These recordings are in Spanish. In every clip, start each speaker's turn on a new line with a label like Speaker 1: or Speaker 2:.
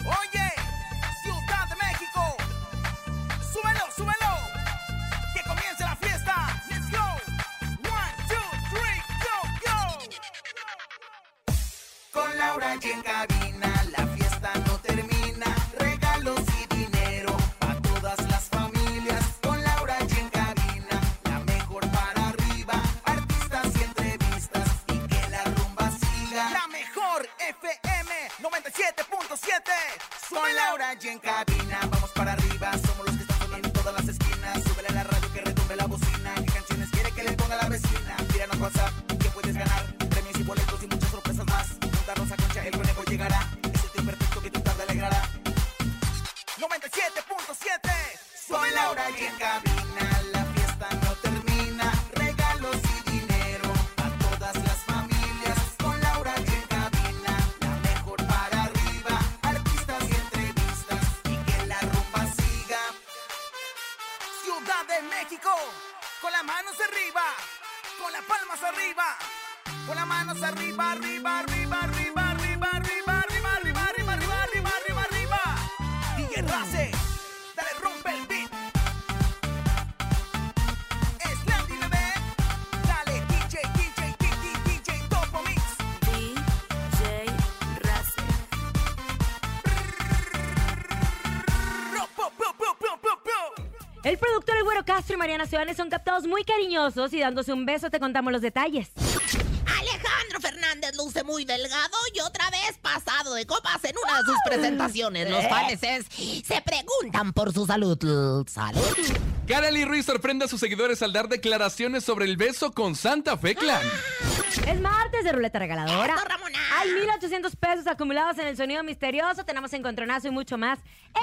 Speaker 1: Oye, Ciudad de México, súbelo, súbelo. Que comience la fiesta. Let's go. One, two, three, go, go. Con Laura y en cabina, la fiesta no termina. Regalos y dinero a todas las familias. Con Laura y en cabina, la mejor para arriba. Artistas y entrevistas y que la rumba siga. La mejor FM 97.7. Soy Laura y en cabina, vamos para arriba. Somos los que están sonando en todas las esquinas. Súbele a la radio que retumbe la bocina. ¿Qué canciones quiere que le ponga la vecina? Tíranos WhatsApp que puedes ganar. Premios y boletos y muchas sorpresas más. Juntarnos a Concha, el conejo llegará. Es el tío perfecto que tu tarde alegrará. 97.7 Soy Laura y en cabina La fiesta no termina Regalos y dinero A todas las familias Con Laura y en cabina La mejor para arriba Artistas y entrevistas Y que la rumba siga Ciudad de México Con las manos arriba Con las palmas arriba Con las manos arriba, arriba, arriba, arriba, arriba, arriba, arriba, arriba, arriba, arriba, arriba, arriba, arriba. DJ Race, dale rompe el beat. Slandy bebé, dale DJ, DJ, DJ, DJ, Topo Mix.
Speaker 2: DJ Racer.
Speaker 1: Ro, po, po, po, po, po, po.
Speaker 3: El productor El Güero Castro y Mariana Ciudadanes son captados muy cariñosos y dándose un beso te contamos los detalles.
Speaker 4: Alejandro Fernández luce muy delgado y otra vez pasado de copas en una de sus presentaciones.
Speaker 3: ¿Eh?
Speaker 4: Los fans es- se preguntan por su salud. Salud.
Speaker 5: Kareli Ruiz sorprende a sus seguidores al dar declaraciones sobre el beso con Santa Fe Clan.
Speaker 3: Es martes de ruleta regaladora.
Speaker 4: Eso, Ramona.
Speaker 3: Hay 1,800 pesos acumulados en el sonido misterioso. Tenemos encontronazo y mucho más.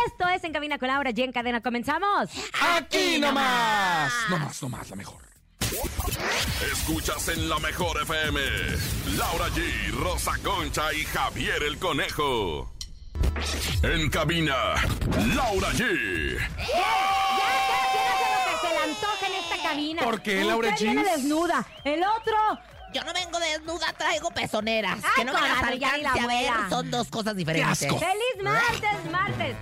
Speaker 3: Esto es En Cabina con Laura y en Cadena. ¡Comenzamos!
Speaker 5: Aquí nomás. No más, no más, la mejor.
Speaker 6: Escuchas en la mejor FM. Laura G, Rosa Concha y Javier el Conejo. En cabina, Laura G.
Speaker 3: Ya cada quien hace lo que se le antoja en esta cabina.
Speaker 5: ¿Por qué, Laura
Speaker 3: Usted viene
Speaker 5: Gis?
Speaker 3: desnuda. El otro...
Speaker 4: Yo no vengo desnuda, traigo pezoneras.
Speaker 3: Ay,
Speaker 4: que no me las
Speaker 3: comadre, ya ni la
Speaker 4: alcance a ver.
Speaker 3: abuela.
Speaker 4: Son dos cosas diferentes.
Speaker 5: asco.
Speaker 3: ¡Feliz martes, martes!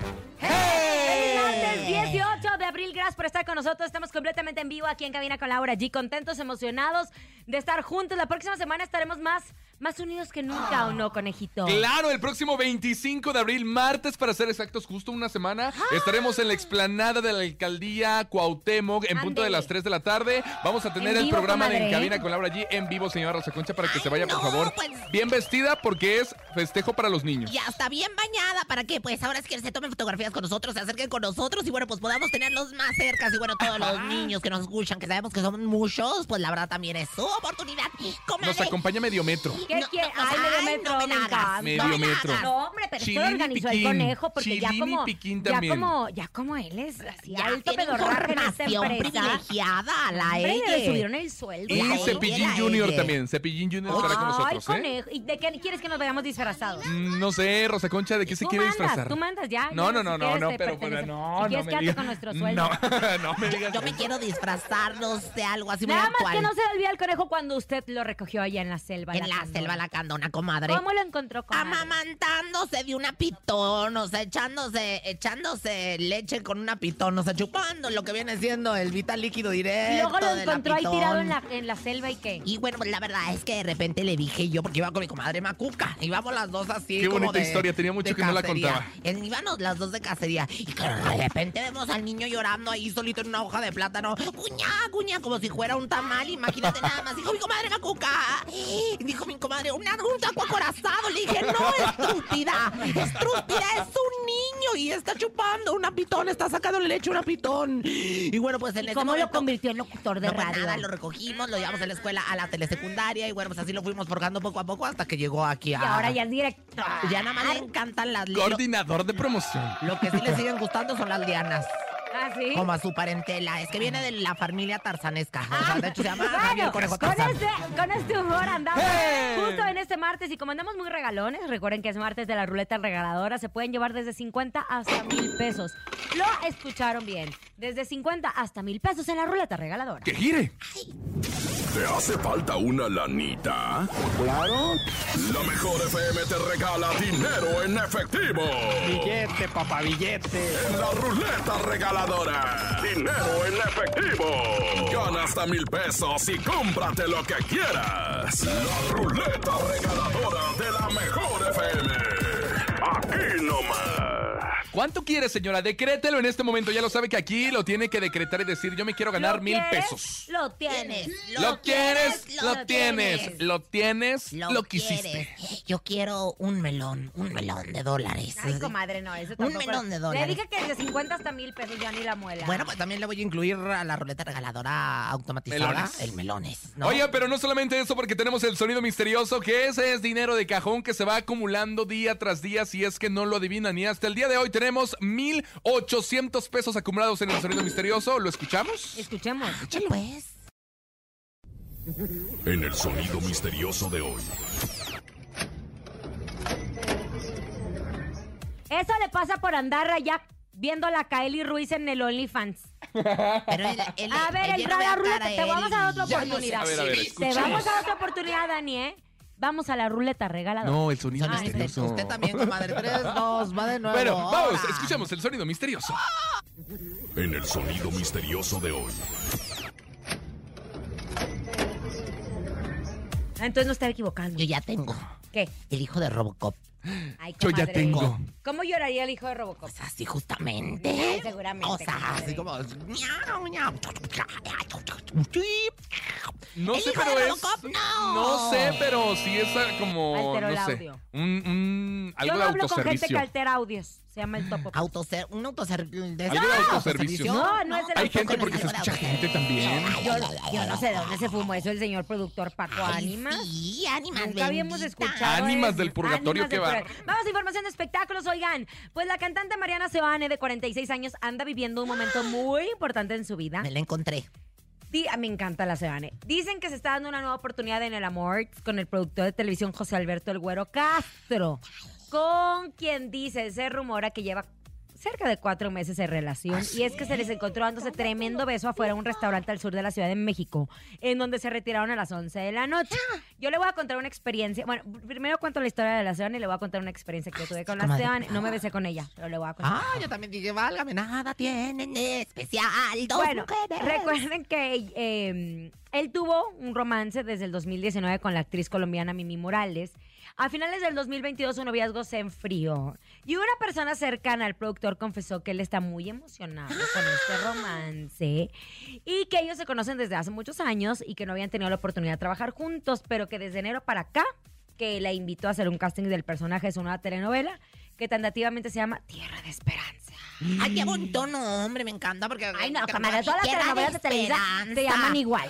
Speaker 4: ¡Hey!
Speaker 3: Martes 18 de abril, gracias por estar con nosotros. Estamos completamente en vivo aquí en Cabina con Laura G. Contentos, emocionados de estar juntos. La próxima semana estaremos más, más unidos que nunca, ¿o no, conejito?
Speaker 5: Claro, el próximo 25 de abril, martes para ser exactos, justo una semana, estaremos en la explanada de la alcaldía Cuauhtémoc en punto de
Speaker 3: Ándele.
Speaker 5: las 3 de la tarde. Vamos a tener
Speaker 3: En
Speaker 5: el
Speaker 3: vivo,
Speaker 5: programa de
Speaker 3: comadre.
Speaker 5: En Cabina con Laura G en vivo, señora Rosa Concha, para que
Speaker 4: Ay,
Speaker 5: se vaya, por
Speaker 4: no,
Speaker 5: favor,
Speaker 4: pues.
Speaker 5: bien vestida porque es festejo para los niños.
Speaker 4: Ya está bien bañada para que pues ahora es que se tomen fotografías con nosotros, se acerquen con nosotros y bueno, pues podamos tenerlos más cerca. Y bueno, todos los niños que nos escuchan, que sabemos que son muchos, pues la verdad también es su oportunidad. Comadre,
Speaker 5: Nos acompaña medio metro.
Speaker 3: ¿Qué
Speaker 4: No,
Speaker 3: quiere?
Speaker 4: no, no,
Speaker 3: Ay, medio
Speaker 4: ay,
Speaker 3: metro,
Speaker 4: no me
Speaker 3: me,
Speaker 4: la hagas.
Speaker 3: encanta.
Speaker 5: Medio
Speaker 4: no me la
Speaker 5: metro.
Speaker 4: hagas.
Speaker 3: No, hombre, pero esto lo
Speaker 5: Chilín y
Speaker 3: organizó el
Speaker 5: Piquín.
Speaker 3: conejo porque ya
Speaker 5: Chilín y
Speaker 3: como,
Speaker 5: Piquín
Speaker 3: ya
Speaker 5: también.
Speaker 3: como, ya como él es así
Speaker 4: ya
Speaker 3: alto
Speaker 4: tiene
Speaker 3: pedorraje en esta
Speaker 4: información
Speaker 3: empresa.
Speaker 4: privilegiada a la
Speaker 3: Hombre, le
Speaker 4: L.
Speaker 3: subieron el sueldo.
Speaker 5: Y
Speaker 4: La
Speaker 3: Ay,
Speaker 4: Ella,
Speaker 5: Cepillín
Speaker 4: ella,
Speaker 5: Junior
Speaker 4: ella.
Speaker 5: también. Cepillín Junior estará con
Speaker 3: Ay,
Speaker 5: nosotros, ¿eh?
Speaker 3: conejo. ¿Y de qué quieres que nos vayamos disfrazados?
Speaker 5: Mm, No sé, Rosa Concha, ¿de qué se
Speaker 3: Tú
Speaker 5: quiere
Speaker 3: mandas,
Speaker 5: disfrazar?
Speaker 3: Tú mandas ya.
Speaker 5: No,
Speaker 3: ya,
Speaker 5: no,
Speaker 3: si
Speaker 5: no, no,
Speaker 3: quieres
Speaker 5: no,
Speaker 3: te
Speaker 5: pero bueno,
Speaker 3: pertenece.
Speaker 5: no,
Speaker 3: Si
Speaker 5: no
Speaker 3: quieres,
Speaker 5: me
Speaker 3: quédate
Speaker 5: digas.
Speaker 3: con nuestro sueldo.
Speaker 5: No, no me digas.
Speaker 4: Yo me quiero disfrazarnos de algo así muy
Speaker 3: Nada más
Speaker 4: actual.
Speaker 3: que no se le olvide al conejo cuando usted lo recogió allá en la selva.
Speaker 4: en la
Speaker 3: lacandona.
Speaker 4: selva la Ah, candona, comadre.
Speaker 3: ¿Cómo lo encontró con
Speaker 4: Amamantándose de una pitón, o sea, echándose, echándose leche con una pitón, o sea, chupando lo que viene siendo el vital líquido
Speaker 3: Y
Speaker 4: directo.
Speaker 3: luego lo
Speaker 4: de la
Speaker 3: encontró ahí
Speaker 4: pitón.
Speaker 3: tirado en la, en la selva y qué.
Speaker 4: Y bueno, pues la verdad es que de repente le dije yo, porque iba con mi comadre Macuca, íbamos las dos así.
Speaker 5: Qué
Speaker 4: como
Speaker 5: bonita
Speaker 4: de-
Speaker 5: historia, tenía mucho
Speaker 4: de
Speaker 5: que no la
Speaker 4: cacería.
Speaker 5: contaba.
Speaker 4: En, íbamos las dos de cacería, y que de repente vemos al niño llorando ahí solito en una hoja de plátano, cuña, cuña, como si fuera un tamal, imagínate nada más. Dijo mi comadre Macuca, y dijo mi comadre, una, un taco acorazado. Le dije, no, estúpida, estúpida, es un niño y está chupando una pitón, está sacando leche a una pitón. Y bueno, pues en
Speaker 3: ¿Y
Speaker 4: ese
Speaker 3: cómo lo
Speaker 4: momento-
Speaker 3: convirtió en locutor de
Speaker 4: no, pues
Speaker 3: radio?
Speaker 4: nada, lo recogimos, lo llevamos a la escuela, a la telesecundaria y bueno, pues así lo fuimos forjando poco a poco hasta que llegó aquí a...
Speaker 3: Y ahora ya es directo.
Speaker 4: Ya nada más le encantan las... Lo,
Speaker 5: Coordinador de promoción.
Speaker 4: lo que sí le siguen gustando son las lianas.
Speaker 3: ¿Ah, sí?
Speaker 4: Como a su parentela. Es que viene de la familia tarzanesca. O sea, de hecho se llama
Speaker 3: Bueno,
Speaker 4: Javier Conejo
Speaker 3: con,
Speaker 4: Tarzán.
Speaker 3: este, con este humor andamos
Speaker 5: ¡Hey!
Speaker 4: ¡Eh!
Speaker 3: justo en este martes y como andamos muy regalones, recuerden que es martes de la ruleta regaladora, se pueden llevar desde 50 hasta mil pesos. Lo escucharon bien, desde 50 hasta mil pesos en la ruleta regaladora.
Speaker 5: ¡Que gire!
Speaker 6: ¿Te hace falta una lanita?
Speaker 7: Claro,
Speaker 6: La mejor FM te regala dinero en efectivo.
Speaker 7: billete, papá, billete.
Speaker 6: En la ruleta regaladora. Dinero en efectivo. Gana hasta mil pesos y cómprate lo que quieras. La ruleta regaladora de la mejor FM. Aquí nomás.
Speaker 5: ¿Cuánto quieres, señora? Decrételo en este momento. Ya lo sabe que aquí lo tiene que decretar y decir, yo me quiero ganar
Speaker 3: ¿Lo
Speaker 5: mil
Speaker 3: quieres?
Speaker 5: pesos.
Speaker 3: Lo tienes.
Speaker 5: Lo quieres, lo tienes, lo tienes, lo quisiste.
Speaker 4: quieres. Yo quiero un melón, un melón de dólares.
Speaker 3: Ay, comadre, no, eso tampoco.
Speaker 4: melón de
Speaker 3: Le
Speaker 4: dólares.
Speaker 3: dije que desde 50 hasta mil pesos ya ni la muela.
Speaker 4: Bueno, pues también le voy a incluir a la ruleta regaladora automatizada
Speaker 5: Melones.
Speaker 4: el melones. ¿no?
Speaker 5: Oye, pero no solamente eso, porque tenemos el sonido misterioso, que ese es dinero de cajón que se va acumulando día tras día, si es que no lo adivinan. Y hasta el día de hoy tenemos 1,800 pesos acumulados en el sonido misterioso. ¿Lo escuchamos?
Speaker 3: Escuchemos.
Speaker 4: pues.
Speaker 6: En el sonido misterioso de hoy.
Speaker 3: Eso le pasa por andar allá viendo a la Kaeli Ruiz en el OnlyFans.
Speaker 4: Pero él- él-
Speaker 3: A ver,
Speaker 4: ella
Speaker 3: entra
Speaker 4: no
Speaker 3: a
Speaker 4: ve
Speaker 3: la
Speaker 4: cara
Speaker 3: ruleta, te
Speaker 4: él
Speaker 3: vamos a dar otra
Speaker 4: y ya no
Speaker 3: oportunidad.
Speaker 4: se-
Speaker 5: A ver, a ver,
Speaker 3: Te
Speaker 5: escuchemos.
Speaker 3: vamos a dar otra oportunidad, Dani, ¿eh? Vamos a la ruleta regaladora.
Speaker 5: No, el sonido
Speaker 3: Ah, este,
Speaker 5: misterioso.
Speaker 4: Usted también, comadre. Tres, dos, va de nuevo.
Speaker 5: Bueno, vamos,
Speaker 4: ahora.
Speaker 5: escuchemos el sonido misterioso.
Speaker 6: En el sonido misterioso de hoy.
Speaker 3: Ah, Entonces no estaba equivocando.
Speaker 4: Yo ya tengo
Speaker 3: ¿Qué?
Speaker 4: el hijo de Robocop.
Speaker 3: Ay,
Speaker 5: Yo ya
Speaker 3: comadre.
Speaker 5: tengo.
Speaker 3: ¿Cómo lloraría el hijo de Robocop?
Speaker 4: pues, Así justamente.
Speaker 3: Ay, seguramente,
Speaker 4: O sea,
Speaker 3: comadre.
Speaker 4: así como. Miau, miau.
Speaker 5: No
Speaker 4: ¿El
Speaker 5: sé,
Speaker 4: hijo
Speaker 5: pero
Speaker 4: de
Speaker 5: es.
Speaker 4: Robocop? No.
Speaker 5: sé, pero sí es ah, como.
Speaker 3: Alteró el
Speaker 5: no sé,
Speaker 3: audio.
Speaker 5: Un, un- algo
Speaker 3: Yo
Speaker 5: de
Speaker 3: no hablo con gente que
Speaker 5: autoservicio.
Speaker 3: altera audios. Se llama el topo.
Speaker 4: Autoser, un autoservicio.
Speaker 5: Algo de autoservicio.
Speaker 3: No, no es el
Speaker 5: Hay
Speaker 3: auto-
Speaker 5: gente porque se escucha gente también.
Speaker 3: Yo, yo no sé de dónde se fumó eso el señor productor Paco Ánimas.
Speaker 4: Sí, ánimas.
Speaker 3: Nunca habíamos
Speaker 4: bendita.
Speaker 3: escuchado.
Speaker 5: Ánimas
Speaker 3: eso.
Speaker 5: del purgatorio,
Speaker 3: Ánimas del
Speaker 5: qué bárbaro.
Speaker 3: purgatorio. Vamos a información de espectáculos, oigan. Pues la cantante Mariana Seoane, de 46 años, anda viviendo un momento muy importante en su vida.
Speaker 4: Me la encontré.
Speaker 3: Di- ah, me encanta la Seoane. Dicen que se está dando una nueva oportunidad en el amor con el productor de televisión José Alberto El Güero Castro, con quien dice, se rumora que lleva cerca de cuatro meses en relación
Speaker 4: ¿Ah,
Speaker 3: y es que se les encontró dándose tremendo beso afuera de un restaurante al sur de la Ciudad de México, en donde se retiraron a las 11 de la noche.
Speaker 4: Ah.
Speaker 3: Yo le voy a contar una experiencia, bueno, primero cuento la historia de la Seoane y le voy a contar una experiencia que yo tuve con la
Speaker 4: comadre.
Speaker 3: Seoane. No me besé con ella, pero le voy a contar.
Speaker 4: Ah, yo también dije, válgame, nada tienen de especial. Dos
Speaker 3: Bueno,
Speaker 4: mujeres.
Speaker 3: recuerden que eh, él tuvo un romance desde el 2019 con la actriz colombiana Mimi Morales. A finales del 2022 su noviazgo se enfrió y una persona cercana al productor confesó que él está muy emocionado con este
Speaker 4: ¡Ah!
Speaker 3: romance y que ellos se conocen desde hace muchos años y que no habían tenido la oportunidad de trabajar juntos, pero que desde enero para acá que la invitó a hacer un casting del personaje de su nueva telenovela que tentativamente se llama Tierra de Esperanza.
Speaker 4: Ay, qué bonito, no, hombre, me encanta porque.
Speaker 3: Ay, no, comadre, todas las telenovelas de Televisa se llaman igual.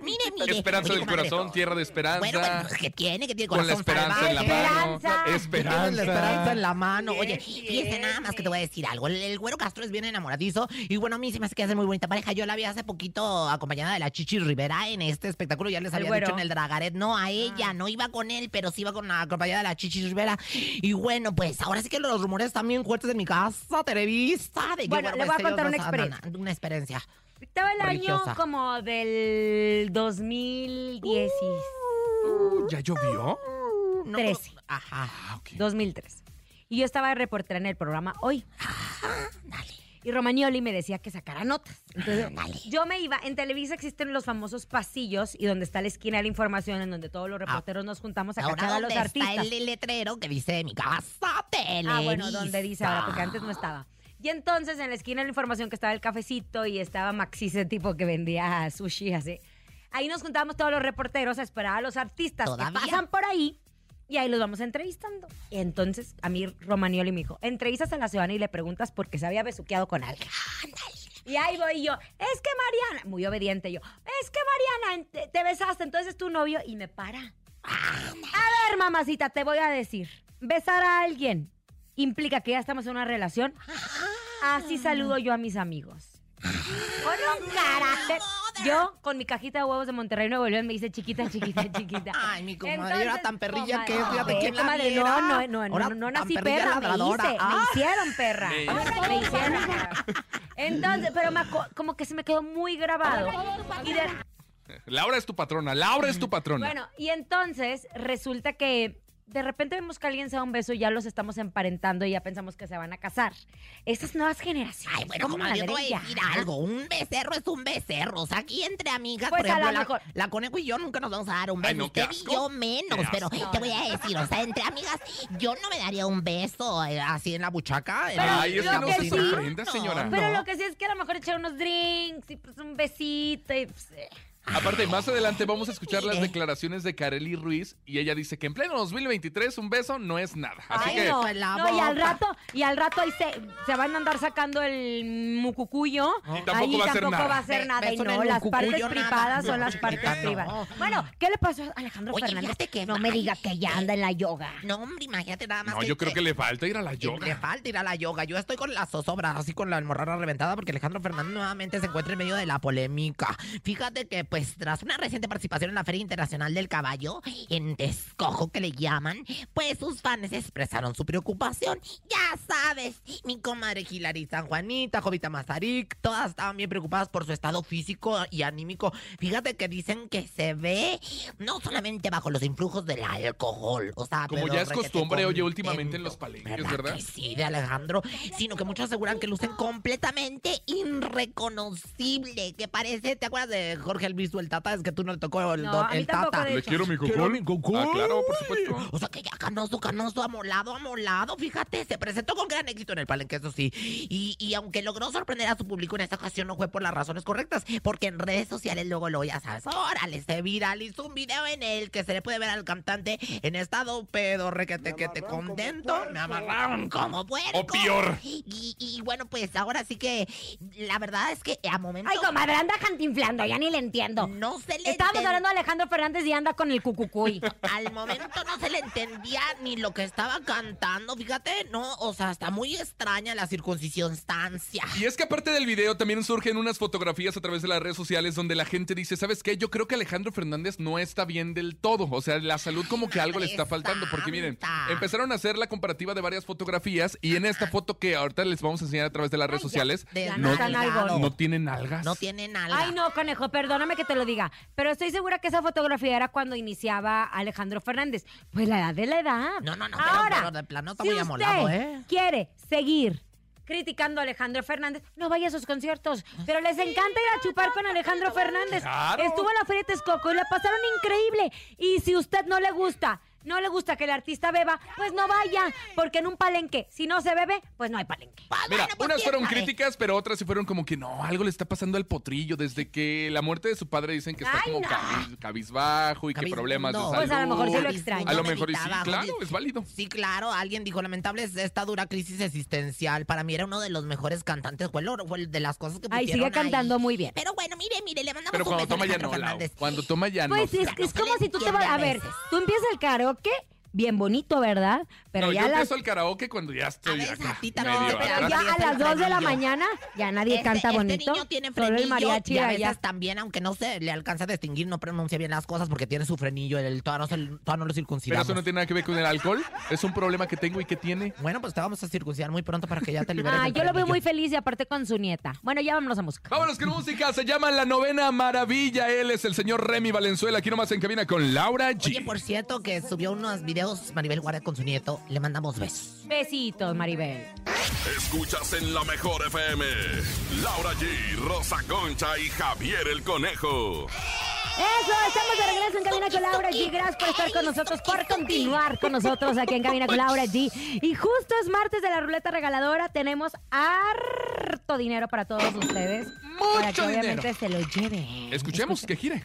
Speaker 4: Mire, mire.
Speaker 5: Esperanza
Speaker 4: Oye,
Speaker 5: del
Speaker 4: comadre,
Speaker 5: corazón, tierra de esperanza.
Speaker 4: Bueno, bueno, ¿qué tiene? ¿Qué tiene?
Speaker 5: con la
Speaker 4: Corazón
Speaker 5: esperanza en la
Speaker 4: salvaje.
Speaker 5: mano.
Speaker 3: Esperanza.
Speaker 5: Esperanza.
Speaker 4: Tienes la esperanza en la mano. Oye, fíjese nada más que te voy a decir algo. El, el güero Castro es bien enamoradizo y bueno, a mí se me hace que hace muy bonita pareja. Yo la vi hace poquito acompañada de la Chichi Rivera en este espectáculo. Ya les
Speaker 3: ¿Al
Speaker 4: había
Speaker 3: güero? Ah.
Speaker 4: dicho en el Dragaret. No, a ella, no iba con él, pero sí iba con la acompañada de la Chichi Rivera. Y bueno, pues ahora sí que los rumores también fuertes en mi casa, Televisa. De que,
Speaker 3: Bueno, le
Speaker 4: pues,
Speaker 3: voy a
Speaker 4: ellos
Speaker 3: contar
Speaker 4: dos
Speaker 3: una
Speaker 4: andan-
Speaker 3: experiencia.
Speaker 4: Una experiencia.
Speaker 3: Estaba el año
Speaker 4: Religiosa.
Speaker 3: como del 2010,
Speaker 5: ¿Ya llovió?
Speaker 4: No,
Speaker 3: Mm, Trece.
Speaker 4: como- Ajá.
Speaker 3: Uh. 2003. Y yo estaba de reportera en el programa Hoy. Y Romagnoli me decía que sacara notas. Entonces, yo me iba. En Televisa existen los famosos pasillos y donde está la esquina de la información, en donde todos los reporteros nos juntamos a
Speaker 4: Ahora
Speaker 3: cachar a
Speaker 4: ¿dónde
Speaker 3: los
Speaker 4: está
Speaker 3: artistas.
Speaker 4: el letrero que dice mi casa Televisa?
Speaker 3: Ah, bueno, donde dice ahora, porque antes no estaba. Y entonces en la esquina de la información que estaba el cafecito y estaba Maxi, ese tipo que vendía sushi así. Ahí nos juntábamos todos los reporteros a esperar a los artistas
Speaker 4: ¿Todavía?
Speaker 3: que pasan por ahí y ahí los vamos entrevistando. Y entonces a mí Romanioli me dijo, entrevistas a la ciudadana y le preguntas por qué se había besuqueado con alguien. Y ahí voy yo, es que Mariana, muy obediente yo, es que Mariana, te, te besaste, entonces es tu novio y me para. A ver, mamacita, te voy a decir, besar a alguien implica que ya estamos en una relación. Así saludo yo a mis amigos. Con un
Speaker 4: Ah.
Speaker 3: carácter. Yo, con mi cajita de huevos de Monterrey Nuevo León, me dice chiquita, chiquita, chiquita.
Speaker 4: Ay, mi comadre, era tan perrilla
Speaker 3: comadre,
Speaker 4: que, fíjate,
Speaker 3: no,
Speaker 4: ¿quién la
Speaker 3: comadre,
Speaker 4: viera?
Speaker 3: No, no, no, no,
Speaker 4: Ahora
Speaker 3: no, no
Speaker 4: tan
Speaker 3: nací
Speaker 4: perrilla
Speaker 3: perra, me
Speaker 4: ladradora.
Speaker 3: hice, me
Speaker 4: Ah.
Speaker 3: hicieron perra.
Speaker 5: Me
Speaker 3: Me hicieron perra. Entonces, pero me aco- como que se me quedó muy grabado. Y de-
Speaker 5: Laura es tu patrona, Laura es tu patrona.
Speaker 3: bueno, y entonces resulta que de repente vemos que alguien se da un beso y ya los estamos emparentando y ya pensamos que se van a casar. Estas nuevas generaciones.
Speaker 4: Ay, bueno,
Speaker 3: ¿cómo
Speaker 4: comadre, yo te voy a
Speaker 3: ladrillan?
Speaker 4: decir algo. Un becerro es un becerro. O sea, aquí entre amigas,
Speaker 3: Pues,
Speaker 4: por
Speaker 3: a
Speaker 4: ejemplo,
Speaker 3: lo
Speaker 4: la,
Speaker 3: mejor.
Speaker 4: la conejo y yo nunca nos vamos a dar un beso.
Speaker 5: Ay, no, qué
Speaker 4: Usted y
Speaker 5: asco.
Speaker 4: yo menos,
Speaker 5: Qué
Speaker 4: pero
Speaker 3: asco.
Speaker 4: te voy a decir, o sea, entre amigas, yo no me daría un beso eh, así en la buchaca. en la-
Speaker 5: Ay, es
Speaker 4: en
Speaker 5: que
Speaker 4: la
Speaker 5: no se
Speaker 4: cocina.
Speaker 5: sorprenda, señora.
Speaker 3: Pero
Speaker 4: no.
Speaker 3: lo que sí es que a lo mejor echar unos drinks y pues un besito y pues... eh.
Speaker 5: Aparte, más adelante vamos a escuchar las
Speaker 4: mire.
Speaker 5: declaraciones de Kareli Ruiz y ella dice que en pleno 2023 un beso no es nada. Así
Speaker 3: Ay,
Speaker 5: que
Speaker 3: no,
Speaker 4: pues, la
Speaker 3: no, y al
Speaker 4: boca.
Speaker 3: rato, y al rato ahí se, se van a andar sacando el mucucuyo.
Speaker 5: Ah. Y tampoco
Speaker 3: ahí
Speaker 5: va a hacer
Speaker 3: tampoco
Speaker 5: nada.
Speaker 3: va a hacer
Speaker 4: Be-
Speaker 3: nada. Y
Speaker 4: beso en
Speaker 3: no,
Speaker 4: el
Speaker 3: las
Speaker 4: mucucuyo,
Speaker 3: partes
Speaker 4: nada.
Speaker 3: privadas son las
Speaker 4: No,
Speaker 3: partes
Speaker 4: no.
Speaker 3: privajas. Bueno, ¿qué le pasó a Alejandro
Speaker 4: Oye,
Speaker 3: Fernández?
Speaker 4: fíjate que-
Speaker 3: no me diga que ya
Speaker 4: Ay,
Speaker 3: anda en la yoga.
Speaker 4: No, hombre, imagínate nada más.
Speaker 5: no, yo creo que
Speaker 4: le
Speaker 5: le falta ir a la
Speaker 4: Le
Speaker 5: yoga.
Speaker 4: falta ir a la yoga. Yo estoy con la zozobra, así con la almorrana reventada, porque Alejandro Fernández nuevamente se encuentra en medio de la polémica. Fíjate que, pues, tras una reciente participación en la Feria Internacional del Caballo, en Descojo que le llaman, pues sus fans expresaron su preocupación. Ya sabes, mi comadre Hilary San Juanita, Jovita Mazarik, todas estaban bien preocupadas por su estado físico y anímico. Fíjate que dicen que se ve no solamente bajo los influjos del alcohol, o sea,
Speaker 5: Como
Speaker 4: pero
Speaker 5: ya es
Speaker 4: requete
Speaker 5: costumbre, oye, últimamente en los
Speaker 4: contento.
Speaker 5: palenques, ¿verdad?
Speaker 4: que sí, de Alejandro, sino que muchos aseguran que lucen completamente irreconocible, que parece, ¿te acuerdas de Jorge Elvis o el Tata? Es que tú no le tocó el,
Speaker 3: No,
Speaker 4: don-
Speaker 3: a mí
Speaker 4: el
Speaker 3: tampoco,
Speaker 4: Tata.
Speaker 3: de
Speaker 5: Le
Speaker 3: hecho.
Speaker 5: quiero mi
Speaker 7: Quiero
Speaker 5: cocol.
Speaker 7: mi cocol.
Speaker 5: Ah, claro, por supuesto.
Speaker 4: O sea que ya Canoso, Canoso, amolado, amolado, fíjate, se presentó con gran éxito en el palenque, eso sí. Y, y aunque logró sorprender a su público en esta ocasión, no fue por las razones correctas, porque en redes sociales luego lo ya sabes, órale, se viralizó un video en el que se le puede ver al cantante en estado pedo, requete, que te contento, me amarraron como puerco.
Speaker 5: O peor.
Speaker 4: Y, y bueno, pues ahora sí que la verdad es que a momento
Speaker 3: Ay, comadre, anda cantinflando, ya ni le entiendo.
Speaker 4: no se le
Speaker 3: Estábamos
Speaker 4: enten-
Speaker 3: hablando de Alejandro Fernández y anda con el cucucuy.
Speaker 4: Al momento no se le entendía ni lo que estaba cantando, fíjate, no, o sea, está muy extraña la circuncisión stancia.
Speaker 5: Y es que aparte del video también surgen unas fotografías a través de las redes sociales donde la gente dice, ¿sabes qué? Yo creo que Alejandro Fernández no está bien del todo. O sea, la salud como que algo le está faltando. Porque miren,
Speaker 4: santa.
Speaker 5: empezaron a hacer la comparativa de varias fotografías y en esta foto que ahorita les vamos a enseñar a través de las redes sociales,
Speaker 3: Ya
Speaker 5: no,
Speaker 3: no están algo.
Speaker 5: no tienen algas.
Speaker 4: No tiene nada.
Speaker 3: Ay, no, conejo, perdóname que te lo diga, pero estoy segura que esa fotografía era cuando iniciaba Alejandro Fernández. Pues la edad de la edad.
Speaker 4: No, no, no, pero-
Speaker 3: Ahora,
Speaker 4: pero de plano está
Speaker 3: si
Speaker 4: muy
Speaker 3: usted
Speaker 4: amolado, ¿eh?
Speaker 3: quiere seguir criticando a Alejandro Fernández, no vaya a sus conciertos, pero les encanta ir a chupar con Alejandro Fernández.
Speaker 5: Claro.
Speaker 3: Estuvo en la Feria de Texcoco y la pasaron increíble. Y si usted no le gusta, no le gusta que el artista beba, pues no vaya, porque en un palenque, si no se bebe, pues no hay palenque.
Speaker 4: Pues
Speaker 5: Mira,
Speaker 4: bueno, pues,
Speaker 5: unas
Speaker 4: ¿quién
Speaker 5: fueron
Speaker 4: sabe?
Speaker 5: críticas, pero otras sí fueron como que no, algo le está pasando al potrillo. Desde que la muerte de su padre dicen que está
Speaker 3: Ay,
Speaker 5: como
Speaker 3: no.
Speaker 5: cabiz- cabizbajo y que
Speaker 4: Cabiz-
Speaker 5: problemas de
Speaker 4: no.
Speaker 5: salud.
Speaker 3: Pues a lo mejor sí lo extraña.
Speaker 5: A lo mejor y sí,
Speaker 4: Meditaba,
Speaker 5: claro,
Speaker 4: Jordi.
Speaker 5: es válido.
Speaker 4: Sí, claro, alguien dijo, lamentable es esta dura crisis existencial. Para mí era uno de los mejores cantantes, fue, lo- fue de las cosas que
Speaker 3: Ay,
Speaker 4: pusieron
Speaker 3: sigue cantando
Speaker 4: ahí.
Speaker 3: muy bien.
Speaker 4: Pero bueno, mire, mire, le mandamos
Speaker 5: Pero
Speaker 4: un
Speaker 5: cuando
Speaker 4: beso a
Speaker 5: toma ya no,
Speaker 4: Alejandro
Speaker 5: Lau.
Speaker 4: Fernández.
Speaker 5: Cuando toma ya no.
Speaker 3: Pues es,
Speaker 4: no
Speaker 3: es
Speaker 4: se
Speaker 3: como
Speaker 4: le
Speaker 3: si tú te vas.
Speaker 4: entiende
Speaker 3: A
Speaker 4: a
Speaker 3: ver,
Speaker 4: veces.
Speaker 3: tú empiezas el karaoke, bien bonito, ¿verdad? Pero
Speaker 5: no,
Speaker 3: ya,
Speaker 5: yo
Speaker 3: las-
Speaker 5: empiezo el karaoke cuando ya estoy
Speaker 4: A ver,
Speaker 5: acá,
Speaker 4: Santita, no,
Speaker 5: medio
Speaker 4: pero
Speaker 3: pero
Speaker 5: atrás.
Speaker 3: ya a
Speaker 4: atraviesa
Speaker 3: las
Speaker 4: el
Speaker 3: 2 de la
Speaker 4: frenillo.
Speaker 3: mañana ya nadie
Speaker 4: Este-
Speaker 3: canta
Speaker 4: este
Speaker 3: bonito.
Speaker 4: niño tiene
Speaker 3: solo el
Speaker 4: frenillo
Speaker 3: mariachi
Speaker 4: y a
Speaker 3: allá.
Speaker 4: veces también, aunque no se le alcanza a distinguir, no pronuncia bien las cosas porque tiene su frenillo, el todavía no, se- todavía no lo
Speaker 5: Pero
Speaker 4: circuncidamos.
Speaker 5: eso no tiene nada que ver con el alcohol. Es un problema que tengo y que tiene.
Speaker 4: Bueno, pues te vamos a circuncidar muy pronto para que ya te liberes
Speaker 3: Ah,
Speaker 4: del
Speaker 3: yo lo veo
Speaker 4: frenillo.
Speaker 3: muy feliz y aparte con su nieta. Bueno, ya vámonos a música.
Speaker 5: Vámonos con música. Se llama La Novena Maravilla. Él es el señor Remy Valenzuela. Aquí nomás en cabina con Laura
Speaker 4: Oye,
Speaker 5: G.
Speaker 4: por cierto, que subió unos videos Maribel Guardia con su nieto. Le mandamos besos.
Speaker 3: Besitos, Maribel.
Speaker 6: Escuchas en la mejor FM. Laura G, Rosa Concha y Javier el Conejo.
Speaker 3: Eso, estamos de regreso en Cabina con Laura G. Gracias por estar con nosotros, por continuar con nosotros aquí en Cabina con Laura G. Y justo es martes de la ruleta regaladora. Tenemos harto dinero para todos ustedes. para que
Speaker 5: Mucho
Speaker 3: obviamente
Speaker 5: dinero.
Speaker 3: se lo lleven.
Speaker 5: Escuchemos que gire.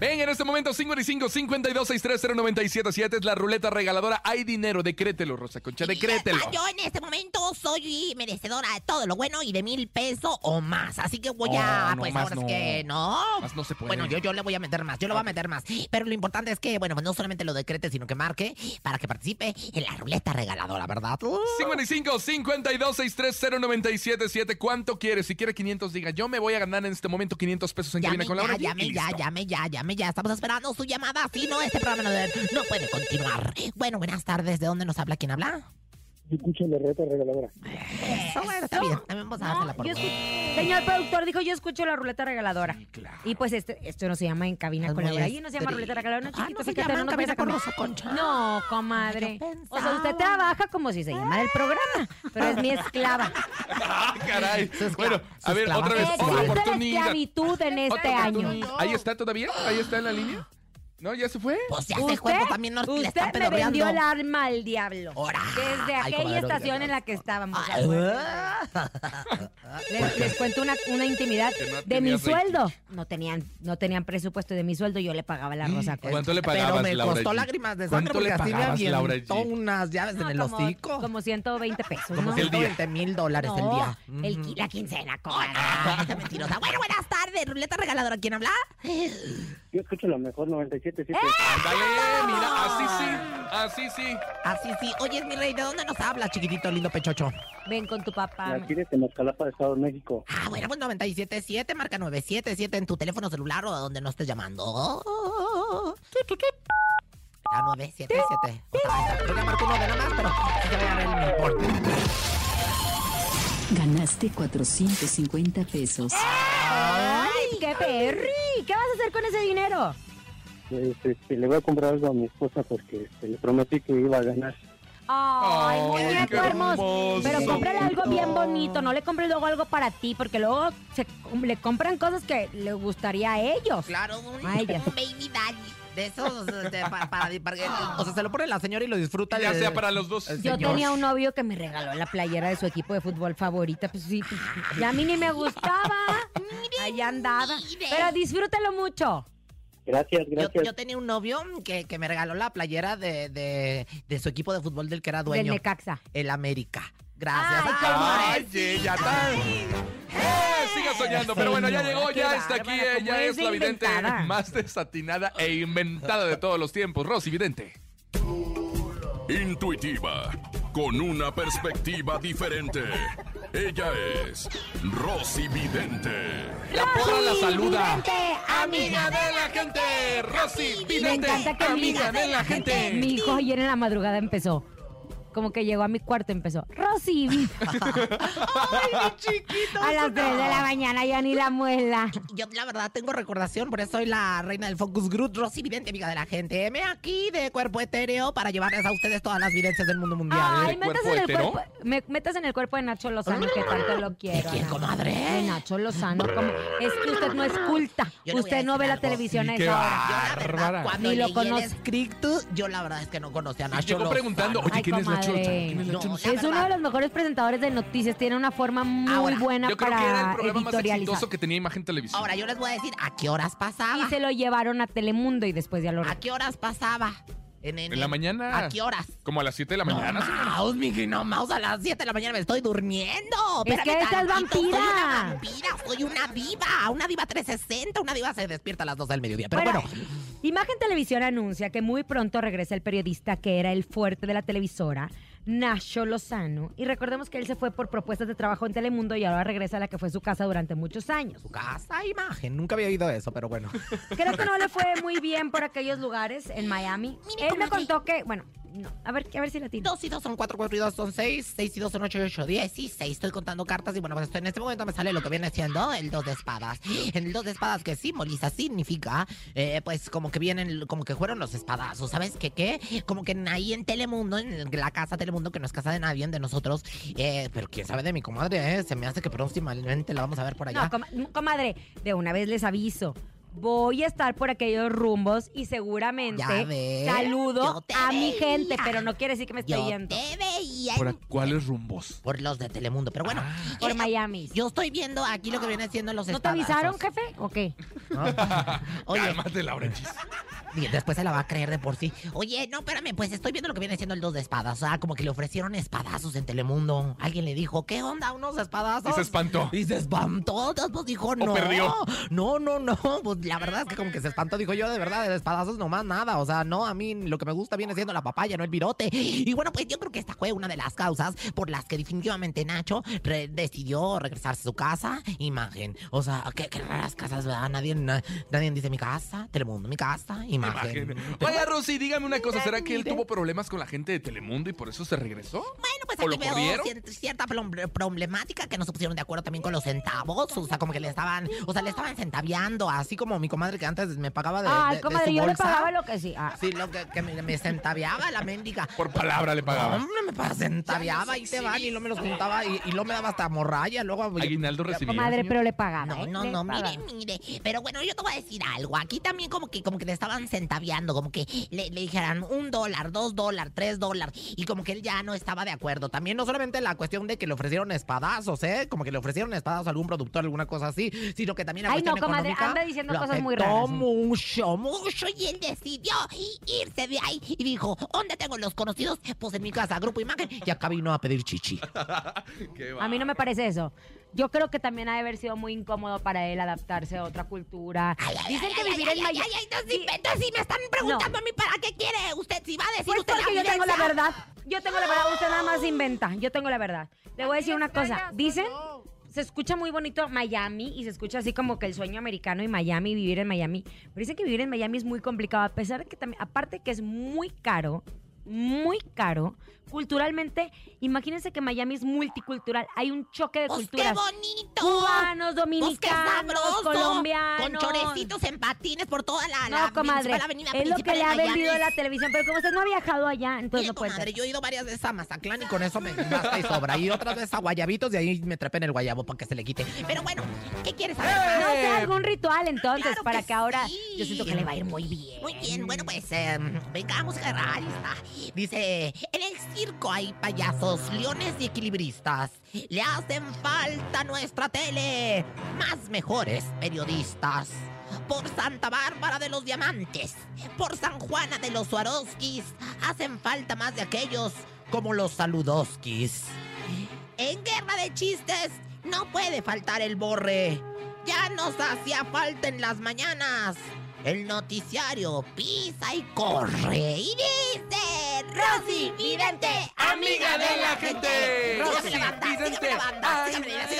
Speaker 5: Venga, en este momento 55 52 630 es la ruleta regaladora. Hay dinero, decrételo, Rosa Concha, decrételo.
Speaker 4: Yo en este momento soy merecedora de todo lo bueno y de mil pesos o más. Así que voy a,
Speaker 5: Oh, No, no,
Speaker 4: pues
Speaker 5: más
Speaker 4: ahora es
Speaker 5: no.
Speaker 4: que no.
Speaker 5: Más no se puede.
Speaker 4: Bueno, yo, yo le voy a meter más, yo lo voy a meter más. Pero lo importante es que, bueno, pues no solamente lo decrete, sino que marque para que participe en la ruleta regaladora, ¿verdad?
Speaker 5: 55 52 630 977 ¿Cuánto quieres? Si quiere 500, diga, yo me voy a ganar en este momento 500 pesos en
Speaker 4: Llame
Speaker 5: cabina con Laura.
Speaker 4: ya,
Speaker 5: G y
Speaker 4: llame ya,
Speaker 5: listo.
Speaker 4: llame ya, llame ya. Estamos esperando su llamada. Si no, este programa no, debe- no puede continuar. Bueno, buenas tardes. ¿De dónde nos habla? ¿Quién habla?
Speaker 8: Yo escucho la reta regaladora.
Speaker 4: Eso, bueno, está bien. También vamos a dársela por
Speaker 3: yo
Speaker 4: buena.
Speaker 3: escu- Señor productor dijo, yo escucho la ruleta regaladora. Y pues este, esto no se llama en cabina
Speaker 4: Es
Speaker 3: con la
Speaker 4: muy
Speaker 3: hora. Y no se llama
Speaker 4: estricto.
Speaker 3: ruleta regaladora. No,
Speaker 4: Ah,
Speaker 3: chiquito,
Speaker 4: no se
Speaker 3: fíjate,
Speaker 4: llama en
Speaker 3: nos vayas a
Speaker 4: cabina con
Speaker 3: cambiar.
Speaker 4: Rosa Concha.
Speaker 3: No, comadre.
Speaker 4: Yo
Speaker 3: O sea, usted
Speaker 4: pensaba.
Speaker 3: trabaja como si se llamara el programa, pero es mi esclava.
Speaker 5: Ah, caray.
Speaker 4: Sus
Speaker 5: Bueno,
Speaker 4: clavas,
Speaker 5: a
Speaker 4: sus
Speaker 5: ver,
Speaker 4: clavas.
Speaker 5: otra vez, otra
Speaker 3: Existe la
Speaker 5: oportunidad.
Speaker 3: esclavitud en este
Speaker 5: Otra
Speaker 3: año.
Speaker 5: oportunidad. Ahí está todavía, ahí está en la línea. ¿No, ya se fue.
Speaker 4: Pues ya se fue, pues también nos le
Speaker 3: usted
Speaker 4: están
Speaker 3: me vendió
Speaker 4: pedoreando.
Speaker 3: el arma al diablo.
Speaker 4: Ora.
Speaker 3: Desde
Speaker 4: Ay,
Speaker 3: aquella
Speaker 4: comadre,
Speaker 3: estación
Speaker 4: oiga,
Speaker 3: en la que estábamos.
Speaker 4: Ay,
Speaker 3: Les, les cuento una, una intimidad.
Speaker 5: Que no
Speaker 3: de mi
Speaker 5: tenías
Speaker 3: sueldo. No tenían, no tenían presupuesto y de mi sueldo yo le pagaba la rosa Concha.
Speaker 5: Mm, ¿Cuánto le
Speaker 4: Pero
Speaker 5: pagabas,
Speaker 4: me
Speaker 5: Laura
Speaker 4: costó
Speaker 5: G?
Speaker 4: lágrimas de sangre
Speaker 5: ¿Cuánto
Speaker 4: porque
Speaker 5: le
Speaker 4: así me
Speaker 5: pagabas, Laura
Speaker 4: avientó
Speaker 5: G?
Speaker 4: unas llaves
Speaker 3: No,
Speaker 4: en el
Speaker 3: como-
Speaker 4: hocico.
Speaker 3: Como 120 pesos.
Speaker 4: Como
Speaker 3: ¿no?
Speaker 5: el día.
Speaker 4: 120 mil dólares el
Speaker 3: No,
Speaker 4: día.
Speaker 3: el qui- la quincena, comadre.
Speaker 4: Ah, qué mentirosa. Bueno, buenas tardes. Ruleta regaladora, ¿quién habla?
Speaker 8: Yo escucho la mejor 97.7.
Speaker 5: Ándale, mira, así sí, así sí.
Speaker 4: Así Ah, sí. Oye, es mi rey, ¿de dónde nos habla, chiquitito, lindo pechocho?
Speaker 3: Ven con tu papá.
Speaker 8: Aquí de Temascalapa, de Estado de México.
Speaker 4: Ah, bueno, pues 977, marca 977 en tu teléfono celular o donde no estés llamando. La 977. Otra vez. Yo le marco uno de nada más, pero sí te voy a ver el importe.
Speaker 9: Ganaste 450 pesos.
Speaker 3: ¡Ay, qué perri! ¿Qué vas a hacer con ese dinero?
Speaker 8: Pues, este, le voy a comprar algo a mi esposa porque este, le prometí que iba a ganar.
Speaker 3: Ay,
Speaker 5: Ay,
Speaker 3: muñeco
Speaker 5: qué
Speaker 3: hermoso.
Speaker 5: hermoso.
Speaker 3: Pero cómprale algo bien bonito. No le compres luego algo para ti, porque luego se- le compran cosas que le gustaría a ellos.
Speaker 4: Claro, un,
Speaker 3: Ay, ya.
Speaker 4: un baby daddy. De esos, de, pa- para, para, o sea, se lo pone la señora y lo disfruta.
Speaker 5: Ya
Speaker 4: el-
Speaker 5: sea para los dos.
Speaker 4: el
Speaker 3: Yo
Speaker 4: señor.
Speaker 3: tenía un novio que me regaló la playera de su equipo de fútbol favorita. Pues sí, pues, y a mí ni me gustaba. Allá andaba. Pero disfrútalo mucho.
Speaker 8: Gracias,
Speaker 4: Yo,
Speaker 8: gracias.
Speaker 4: yo tenía un novio que, que me regaló la playera de, de, de su equipo de fútbol del que era
Speaker 3: Del
Speaker 4: dueño.
Speaker 3: Necaxa.
Speaker 4: el América. Gracias. Ah.
Speaker 3: Ay,
Speaker 5: Ay, ya está. Eh, siga soñando, pero bueno, ya llegó, ya está aquí,
Speaker 3: bárbara, cómo
Speaker 5: ella
Speaker 3: es
Speaker 5: es la vidente
Speaker 3: inventada.
Speaker 5: más desatinada e inventada de todos los tiempos, Rosy Vidente.
Speaker 6: Intuitiva, con una perspectiva diferente. Ella es Rosy Vidente.
Speaker 5: La porra la saluda.
Speaker 3: Vidente,
Speaker 5: Amiga de la gente, Rosy
Speaker 3: Me encanta que
Speaker 5: amiga
Speaker 3: mi-
Speaker 5: de la
Speaker 3: Mi
Speaker 5: gente.
Speaker 3: hijo ayer en la madrugada empezó. Como que llegó a mi cuarto y empezó. Rosy. vi-". a las 3 de la mañana ya ni la muela.
Speaker 4: Yo la verdad tengo recordación, por eso soy la reina del Focus Group, Rosy Vidente, amiga de la gente. M aquí de cuerpo etéreo para llevarles a ustedes todas las vivencias del mundo mundial.
Speaker 3: Ay,
Speaker 5: ¿De
Speaker 3: métase
Speaker 5: cuerpo
Speaker 3: Ah, en, el
Speaker 5: hetero?
Speaker 3: cuerpo, me- métase en el cuerpo de Nacho Lozano, que tanto lo quiero.
Speaker 4: quién,
Speaker 3: Ana.
Speaker 4: comadre?
Speaker 3: De Nacho Lozano. como- es que usted no es culta.
Speaker 4: Yo le voy a
Speaker 3: usted no
Speaker 4: decir
Speaker 3: ve la
Speaker 4: algo.
Speaker 3: televisión a
Speaker 5: Sí, qué
Speaker 3: esa hora.
Speaker 4: Yo, la verdad,
Speaker 5: Bárbara.
Speaker 4: cuando
Speaker 3: Ni lo
Speaker 4: leí
Speaker 3: conoce.
Speaker 4: el scriptus, yo la verdad es que no conocía a Nacho
Speaker 5: Llegó
Speaker 4: Lozano.
Speaker 5: preguntando, oye,
Speaker 3: Ay,
Speaker 5: ¿quién es Nacho?
Speaker 3: comadre.
Speaker 5: Lozano? ¿Quién es
Speaker 4: No,
Speaker 5: Nacho?
Speaker 4: la
Speaker 5: Lozano?
Speaker 3: Es uno de los mejores presentadores de noticias. Tiene una forma muy
Speaker 4: Ahora,
Speaker 3: buena
Speaker 5: Yo creo que era el
Speaker 3: para
Speaker 5: programa más
Speaker 3: editorializar.
Speaker 5: exitoso que tenía Imagen Televisión.
Speaker 4: Ahora yo les voy a decir a qué horas
Speaker 3: Y
Speaker 4: pasaba.
Speaker 3: se lo llevaron a Telemundo y después ya lo
Speaker 4: ¿A qué horas pasaba?
Speaker 5: En la mañana.
Speaker 4: ¿A qué horas?
Speaker 5: Como a las 7 de la mañana, señor.
Speaker 4: Maus, Miki, no, Maus, a las 7 de la mañana me estoy durmiendo.
Speaker 3: Es
Speaker 4: Espérame
Speaker 3: que esta es
Speaker 4: tantito, Soy una
Speaker 3: vampira.
Speaker 4: vampira, soy una diva, una diva 360, una diva se despierta a las 2 del mediodía. Pero bueno,
Speaker 3: Bueno, Imagen Televisión anuncia que muy pronto regresa el periodista que era el fuerte de la televisora, Nacho Lozano. Y recordemos que él se fue por propuestas de trabajo en Telemundo y ahora regresa a la que fue su casa durante muchos años.
Speaker 4: su casa, imagen, nunca había oído eso, pero bueno.
Speaker 3: Creo que no le fue muy bien por aquellos lugares en Miami.
Speaker 4: Mire,
Speaker 3: Él me
Speaker 4: comadre.
Speaker 3: contó que, bueno, no, a ver, a ver si la tiene.
Speaker 4: 2 y 2 son 4, 4 y 2 son 6, 6 y 2 son 8 y 8, 16. Estoy contando cartas y bueno, pues estoy, en este momento me sale lo que viene siendo el 2 de espadas. El 2 de espadas que simboliza, significa, eh, pues como que vienen, como que fueron los espadazos, ¿sabes qué? qué? Como que en- ahí en Telemundo, en la casa Telemundo, que no es casa de nadie, de nosotros, eh, pero quién sabe de mi comadre, eh, se me hace que próximamente la vamos a ver por allá.
Speaker 3: No, coma- comadre, de una vez les aviso. Voy a estar por aquellos rumbos y seguramente
Speaker 4: Ya ves, yo
Speaker 3: saludo
Speaker 4: te
Speaker 3: a mi gente,
Speaker 4: veía.
Speaker 3: pero no quiere decir que me estoy
Speaker 4: Yo
Speaker 3: yendo.
Speaker 4: te veía
Speaker 5: ¿Por
Speaker 4: en-
Speaker 5: a- cuáles rumbos?
Speaker 4: por los de Telemundo, pero bueno.
Speaker 3: Ah. Por
Speaker 4: eh,
Speaker 3: Miami.
Speaker 4: Yo estoy viendo aquí lo que viene siendo los
Speaker 3: ¿No te
Speaker 4: espadazos.
Speaker 3: avisaron, jefe? ¿O qué?
Speaker 4: Oye,
Speaker 5: Cálmate, Laura. chis.
Speaker 4: y después se la va a creer de por sí. Oye, no, espérame, pues estoy viendo lo que viene siendo el dos de espadas. O sea, como que le ofrecieron espadazos en Telemundo. Alguien le dijo, ¿qué onda? Unos espadazos.
Speaker 5: Y se espantó.
Speaker 4: Y se espantó. Después pues, dijo, no.
Speaker 5: perdió.
Speaker 4: No, no, no. Pues la verdad es que como que se espantó. Dijo yo, de verdad, de espadazos nomás nada. O sea, no, a mí lo que me gusta viene siendo la papaya, no el virote. Y bueno, pues yo creo que esta fue una de las causas por las que definitivamente Nacho re- decidió regresarse a su casa. Imagen. O sea, qué, qué raras casas, ¿verdad? Nadie, na- nadie dice mi casa, Telemundo, mi casa, imagen.
Speaker 5: Imagen. Oiga, Rosy, dígame una cosa. ¿Será que él tuvo problemas con la gente de Telemundo y por eso se regresó?
Speaker 4: Bueno, pues
Speaker 5: ¿O lo
Speaker 4: aquí veo
Speaker 5: corrieron?
Speaker 4: cier- cierta plom- problemática que no se pusieron de acuerdo también con los centavos. O sea, como que le estaban, o sea, le estaban centaviando, así como mi comadre que antes me pagaba de, de-
Speaker 3: Ay,
Speaker 4: de
Speaker 3: comadre,
Speaker 4: su
Speaker 3: yo le
Speaker 4: bolsa.
Speaker 3: pagaba lo que sí. Ah.
Speaker 4: Sí, lo que, que me, me centaviaba la mendiga.
Speaker 5: Por palabra le pagaba.
Speaker 4: Hombre, me pa- centaviaba y te van y lo me los juntaba y, y lo me daba hasta morralla. Luego
Speaker 5: Aguinaldo recibía.
Speaker 3: Comadre, pero le pagaba.
Speaker 4: No,
Speaker 3: ¿eh?
Speaker 4: no,
Speaker 3: Le
Speaker 4: no,
Speaker 3: pagaba.
Speaker 4: mire, mire. Pero bueno, yo te voy a decir algo. Aquí también como que, como que le estaban centaviando, como que le, le dijeran un dólar, dos dólar, tres dólar. Y como que él ya no estaba de acuerdo. También no solamente la cuestión de que le ofrecieron espadazos, ¿eh? Como que le ofrecieron espadazos a algún productor, alguna cosa así, sino que también la
Speaker 3: Ay, no,
Speaker 4: cuestión
Speaker 3: comadre,
Speaker 4: económica
Speaker 3: anda diciendo
Speaker 4: lo
Speaker 3: cosas muy
Speaker 4: afectó
Speaker 3: raras.
Speaker 4: mucho, mucho. Y él decidió irse de ahí y dijo, ¿dónde tengo los conocidos? Pues en mi casa, Grupo Imagen. Y acá vino a pedir chichi.
Speaker 5: Qué
Speaker 3: A mí no me parece eso. Yo creo que también ha de haber sido muy incómodo para él adaptarse a otra cultura. Dicen que
Speaker 4: ay,
Speaker 3: vivir
Speaker 4: ay,
Speaker 3: en
Speaker 4: ay,
Speaker 3: Miami.
Speaker 4: ay, ay, no se inventa, si me están preguntando a mí para qué quiere usted, si va a decir
Speaker 3: Pues
Speaker 4: usted
Speaker 3: porque yo tengo la
Speaker 4: violencia.
Speaker 3: verdad. Yo tengo la verdad. Usted nada más inventa. Yo tengo la verdad. Le voy a decir una cosa. Dicen, se escucha muy bonito Miami y se escucha así como que el sueño americano y Miami, vivir en Miami. Pero dicen que vivir en Miami es muy complicado, a pesar de que también, aparte que es muy caro, muy caro. Culturalmente, imagínense que Miami es multicultural. Hay un choque de
Speaker 4: Pues qué
Speaker 3: culturas.
Speaker 4: bonito.
Speaker 3: Cubanos,
Speaker 4: Pues qué
Speaker 3: dominicanos,
Speaker 4: sabroso.
Speaker 3: colombianos.
Speaker 4: Con chorecitos en patines por toda la, la
Speaker 3: No, comadre.
Speaker 4: principal avenida
Speaker 3: Es lo que
Speaker 4: principal
Speaker 3: le
Speaker 4: de
Speaker 3: ha
Speaker 4: Miami.
Speaker 3: vendido la televisión. Pero como usted no ha viajado allá, entonces
Speaker 4: Mire,
Speaker 3: no puede
Speaker 4: comadre,
Speaker 3: ser.
Speaker 4: yo he ido varias veces a Mazatlán y con eso me basta y sobra. Y otras veces a Guayabitos y ahí me trepé en el guayabo para que se le quite. Pero bueno, ¿qué quieres saber? más?
Speaker 3: No sé, algún ritual entonces
Speaker 4: Claro
Speaker 3: para
Speaker 4: que
Speaker 3: que, ahora
Speaker 4: sí.
Speaker 3: yo siento que le va a ir muy bien.
Speaker 4: Muy bien, bueno, pues eh, venga, música realista. Dice, en el circo hay payasos, leones y equilibristas. Le hacen falta a nuestra tele. Más mejores periodistas. Por Santa Bárbara de los Diamantes, por San Juana de los Swarovskis, hacen falta más de aquellos como los Saludoskis. En guerra de chistes no puede faltar el borre. Ya nos hacía falta en las mañanas. El noticiario pisa y corre y dice: Rosy Vidente,
Speaker 5: Amiga de la gente.
Speaker 4: Rosy Vidente,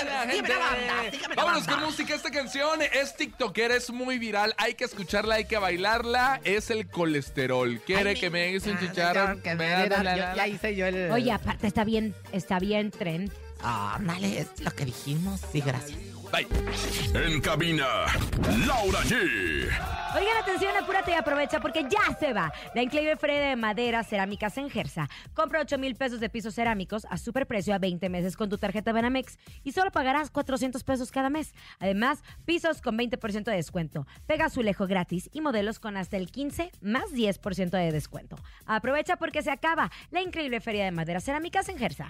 Speaker 5: Vámonos con música. Esta canción es TikToker, es muy viral. Hay que escucharla, hay que bailarla. Es el colesterol. Quiere que me hagas un chicharrón.
Speaker 4: Que
Speaker 5: Me da,
Speaker 4: me
Speaker 5: la,
Speaker 4: diera-
Speaker 5: la,
Speaker 4: yo-
Speaker 5: la.
Speaker 4: Ya hice yo el.
Speaker 3: Oye, aparte está bien, está bien tren.
Speaker 4: Ándale, es lo que dijimos. Sí, gracias.
Speaker 5: Bye.
Speaker 6: En cabina, Laura G.
Speaker 3: Oigan, atención, apúrate y aprovecha porque ya se va. La increíble feria de madera, cerámicas en Gersa. Compra 8 mil pesos de pisos cerámicos a superprecio a 20 meses con tu tarjeta Banamex y solo pagarás 400 pesos cada mes. Además, pisos con 20% de descuento, pega azulejo gratis y modelos con hasta el 15 más 10% de descuento. Aprovecha porque se acaba la increíble feria de madera, cerámicas en Gersa.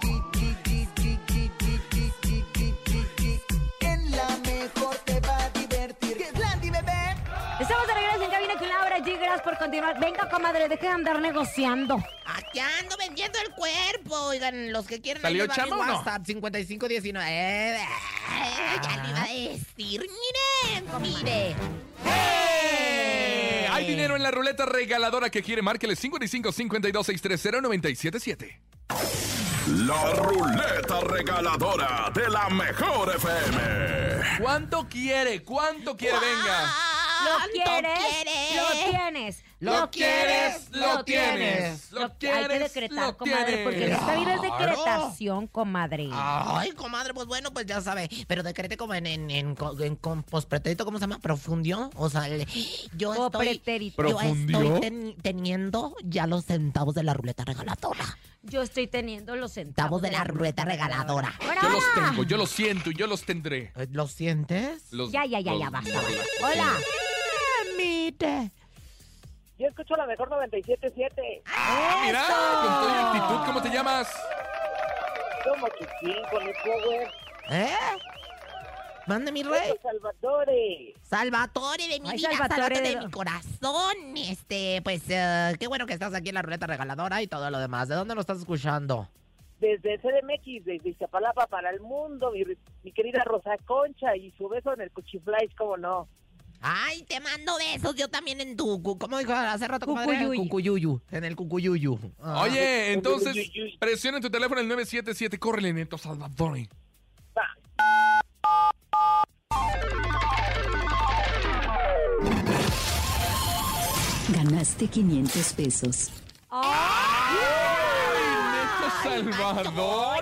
Speaker 1: G, G, G, G, G, G, G, G, G, G, G. En la mejor te va a divertir. ¡Qué Landy, bebé!
Speaker 3: Estamos de regreso en cabina con Laura G. Gracias por continuar. Venga, comadre, deje de andar negociando.
Speaker 4: Aquí ando vendiendo el cuerpo. Oigan, los que quieran. ahí
Speaker 5: ¿Salió
Speaker 4: me va mi
Speaker 5: chamo o no?
Speaker 4: WhatsApp 5519. Eh, eh, ya le iba
Speaker 5: Ah.
Speaker 4: a decir. Mire, mire.
Speaker 5: ¡Eh! Hay dinero en la ruleta regaladora que quiere. Márquele 55 52 630 977.
Speaker 6: La ruleta regaladora de la mejor FM.
Speaker 5: ¿Cuánto quiere? ¿Cuánto quiere? Venga.
Speaker 3: ¿Lo
Speaker 4: ¿Cuánto
Speaker 3: quieres?
Speaker 4: quiere?
Speaker 3: Lo tienes.
Speaker 4: Lo quieres,
Speaker 5: lo tienes. Lo
Speaker 3: Lo que hay que
Speaker 5: quieres,
Speaker 3: decretar,
Speaker 5: lo
Speaker 3: comadre,
Speaker 5: tienes. Ah.
Speaker 3: porque en esta vida es
Speaker 4: Claro.
Speaker 3: decretación, comadre.
Speaker 4: Ay, comadre, pues bueno, pues ya sabe. Pero decrete como en, en, en, co- en con- pospretérito, ¿cómo se llama? Profundió. O sea, el- yo estoy,
Speaker 3: Copretérito.
Speaker 4: yo
Speaker 5: ¿Profundió?
Speaker 4: estoy ten- teniendo ya los centavos de la ruleta regaladora.
Speaker 3: yo estoy teniendo los centavos.
Speaker 4: Estamos de la ruleta regaladora.
Speaker 5: Yo
Speaker 3: ¡Ahora!
Speaker 5: los tengo, yo los siento y yo los tendré.
Speaker 4: Eh, ¿Lo sientes?
Speaker 5: Los-
Speaker 3: Ya, ya, ya,
Speaker 5: los-
Speaker 3: ya, basta. Hola.
Speaker 4: Permite.
Speaker 10: Yo escucho la mejor 97.7.
Speaker 5: Ah, mira, con toda actitud, ¿cómo te llamas?
Speaker 10: Como Chiquín con el power.
Speaker 4: ¿Eh? Mande mi rey.
Speaker 10: Los Salvadores.
Speaker 4: Salvatore de mi
Speaker 3: Ay,
Speaker 4: vida,
Speaker 3: Salvatore
Speaker 4: Salvatore
Speaker 3: de
Speaker 4: de
Speaker 3: lo-
Speaker 4: mi corazón. Este, pues, eh, qué bueno que estás aquí en la ruleta regaladora y todo lo demás. ¿De dónde lo estás escuchando?
Speaker 10: Desde CDMX, desde Iztapalapa para el mundo, mi, mi querida Rosa Concha y su beso en el cuchiflais, cómo no.
Speaker 4: Ay, te mando besos, yo también en tu, cu- ¿cómo dijo hace rato? comadre?
Speaker 3: Cucuyuy.
Speaker 4: Cucuyuyu, en el cucuyuyu. Ah.
Speaker 5: Oye,
Speaker 10: Uy,
Speaker 5: entonces
Speaker 10: uy, uy.
Speaker 5: presiona en tu teléfono el 977, córrele, neto Salvatore.
Speaker 10: Va.
Speaker 9: Ganaste 500 pesos.
Speaker 5: ¡Neto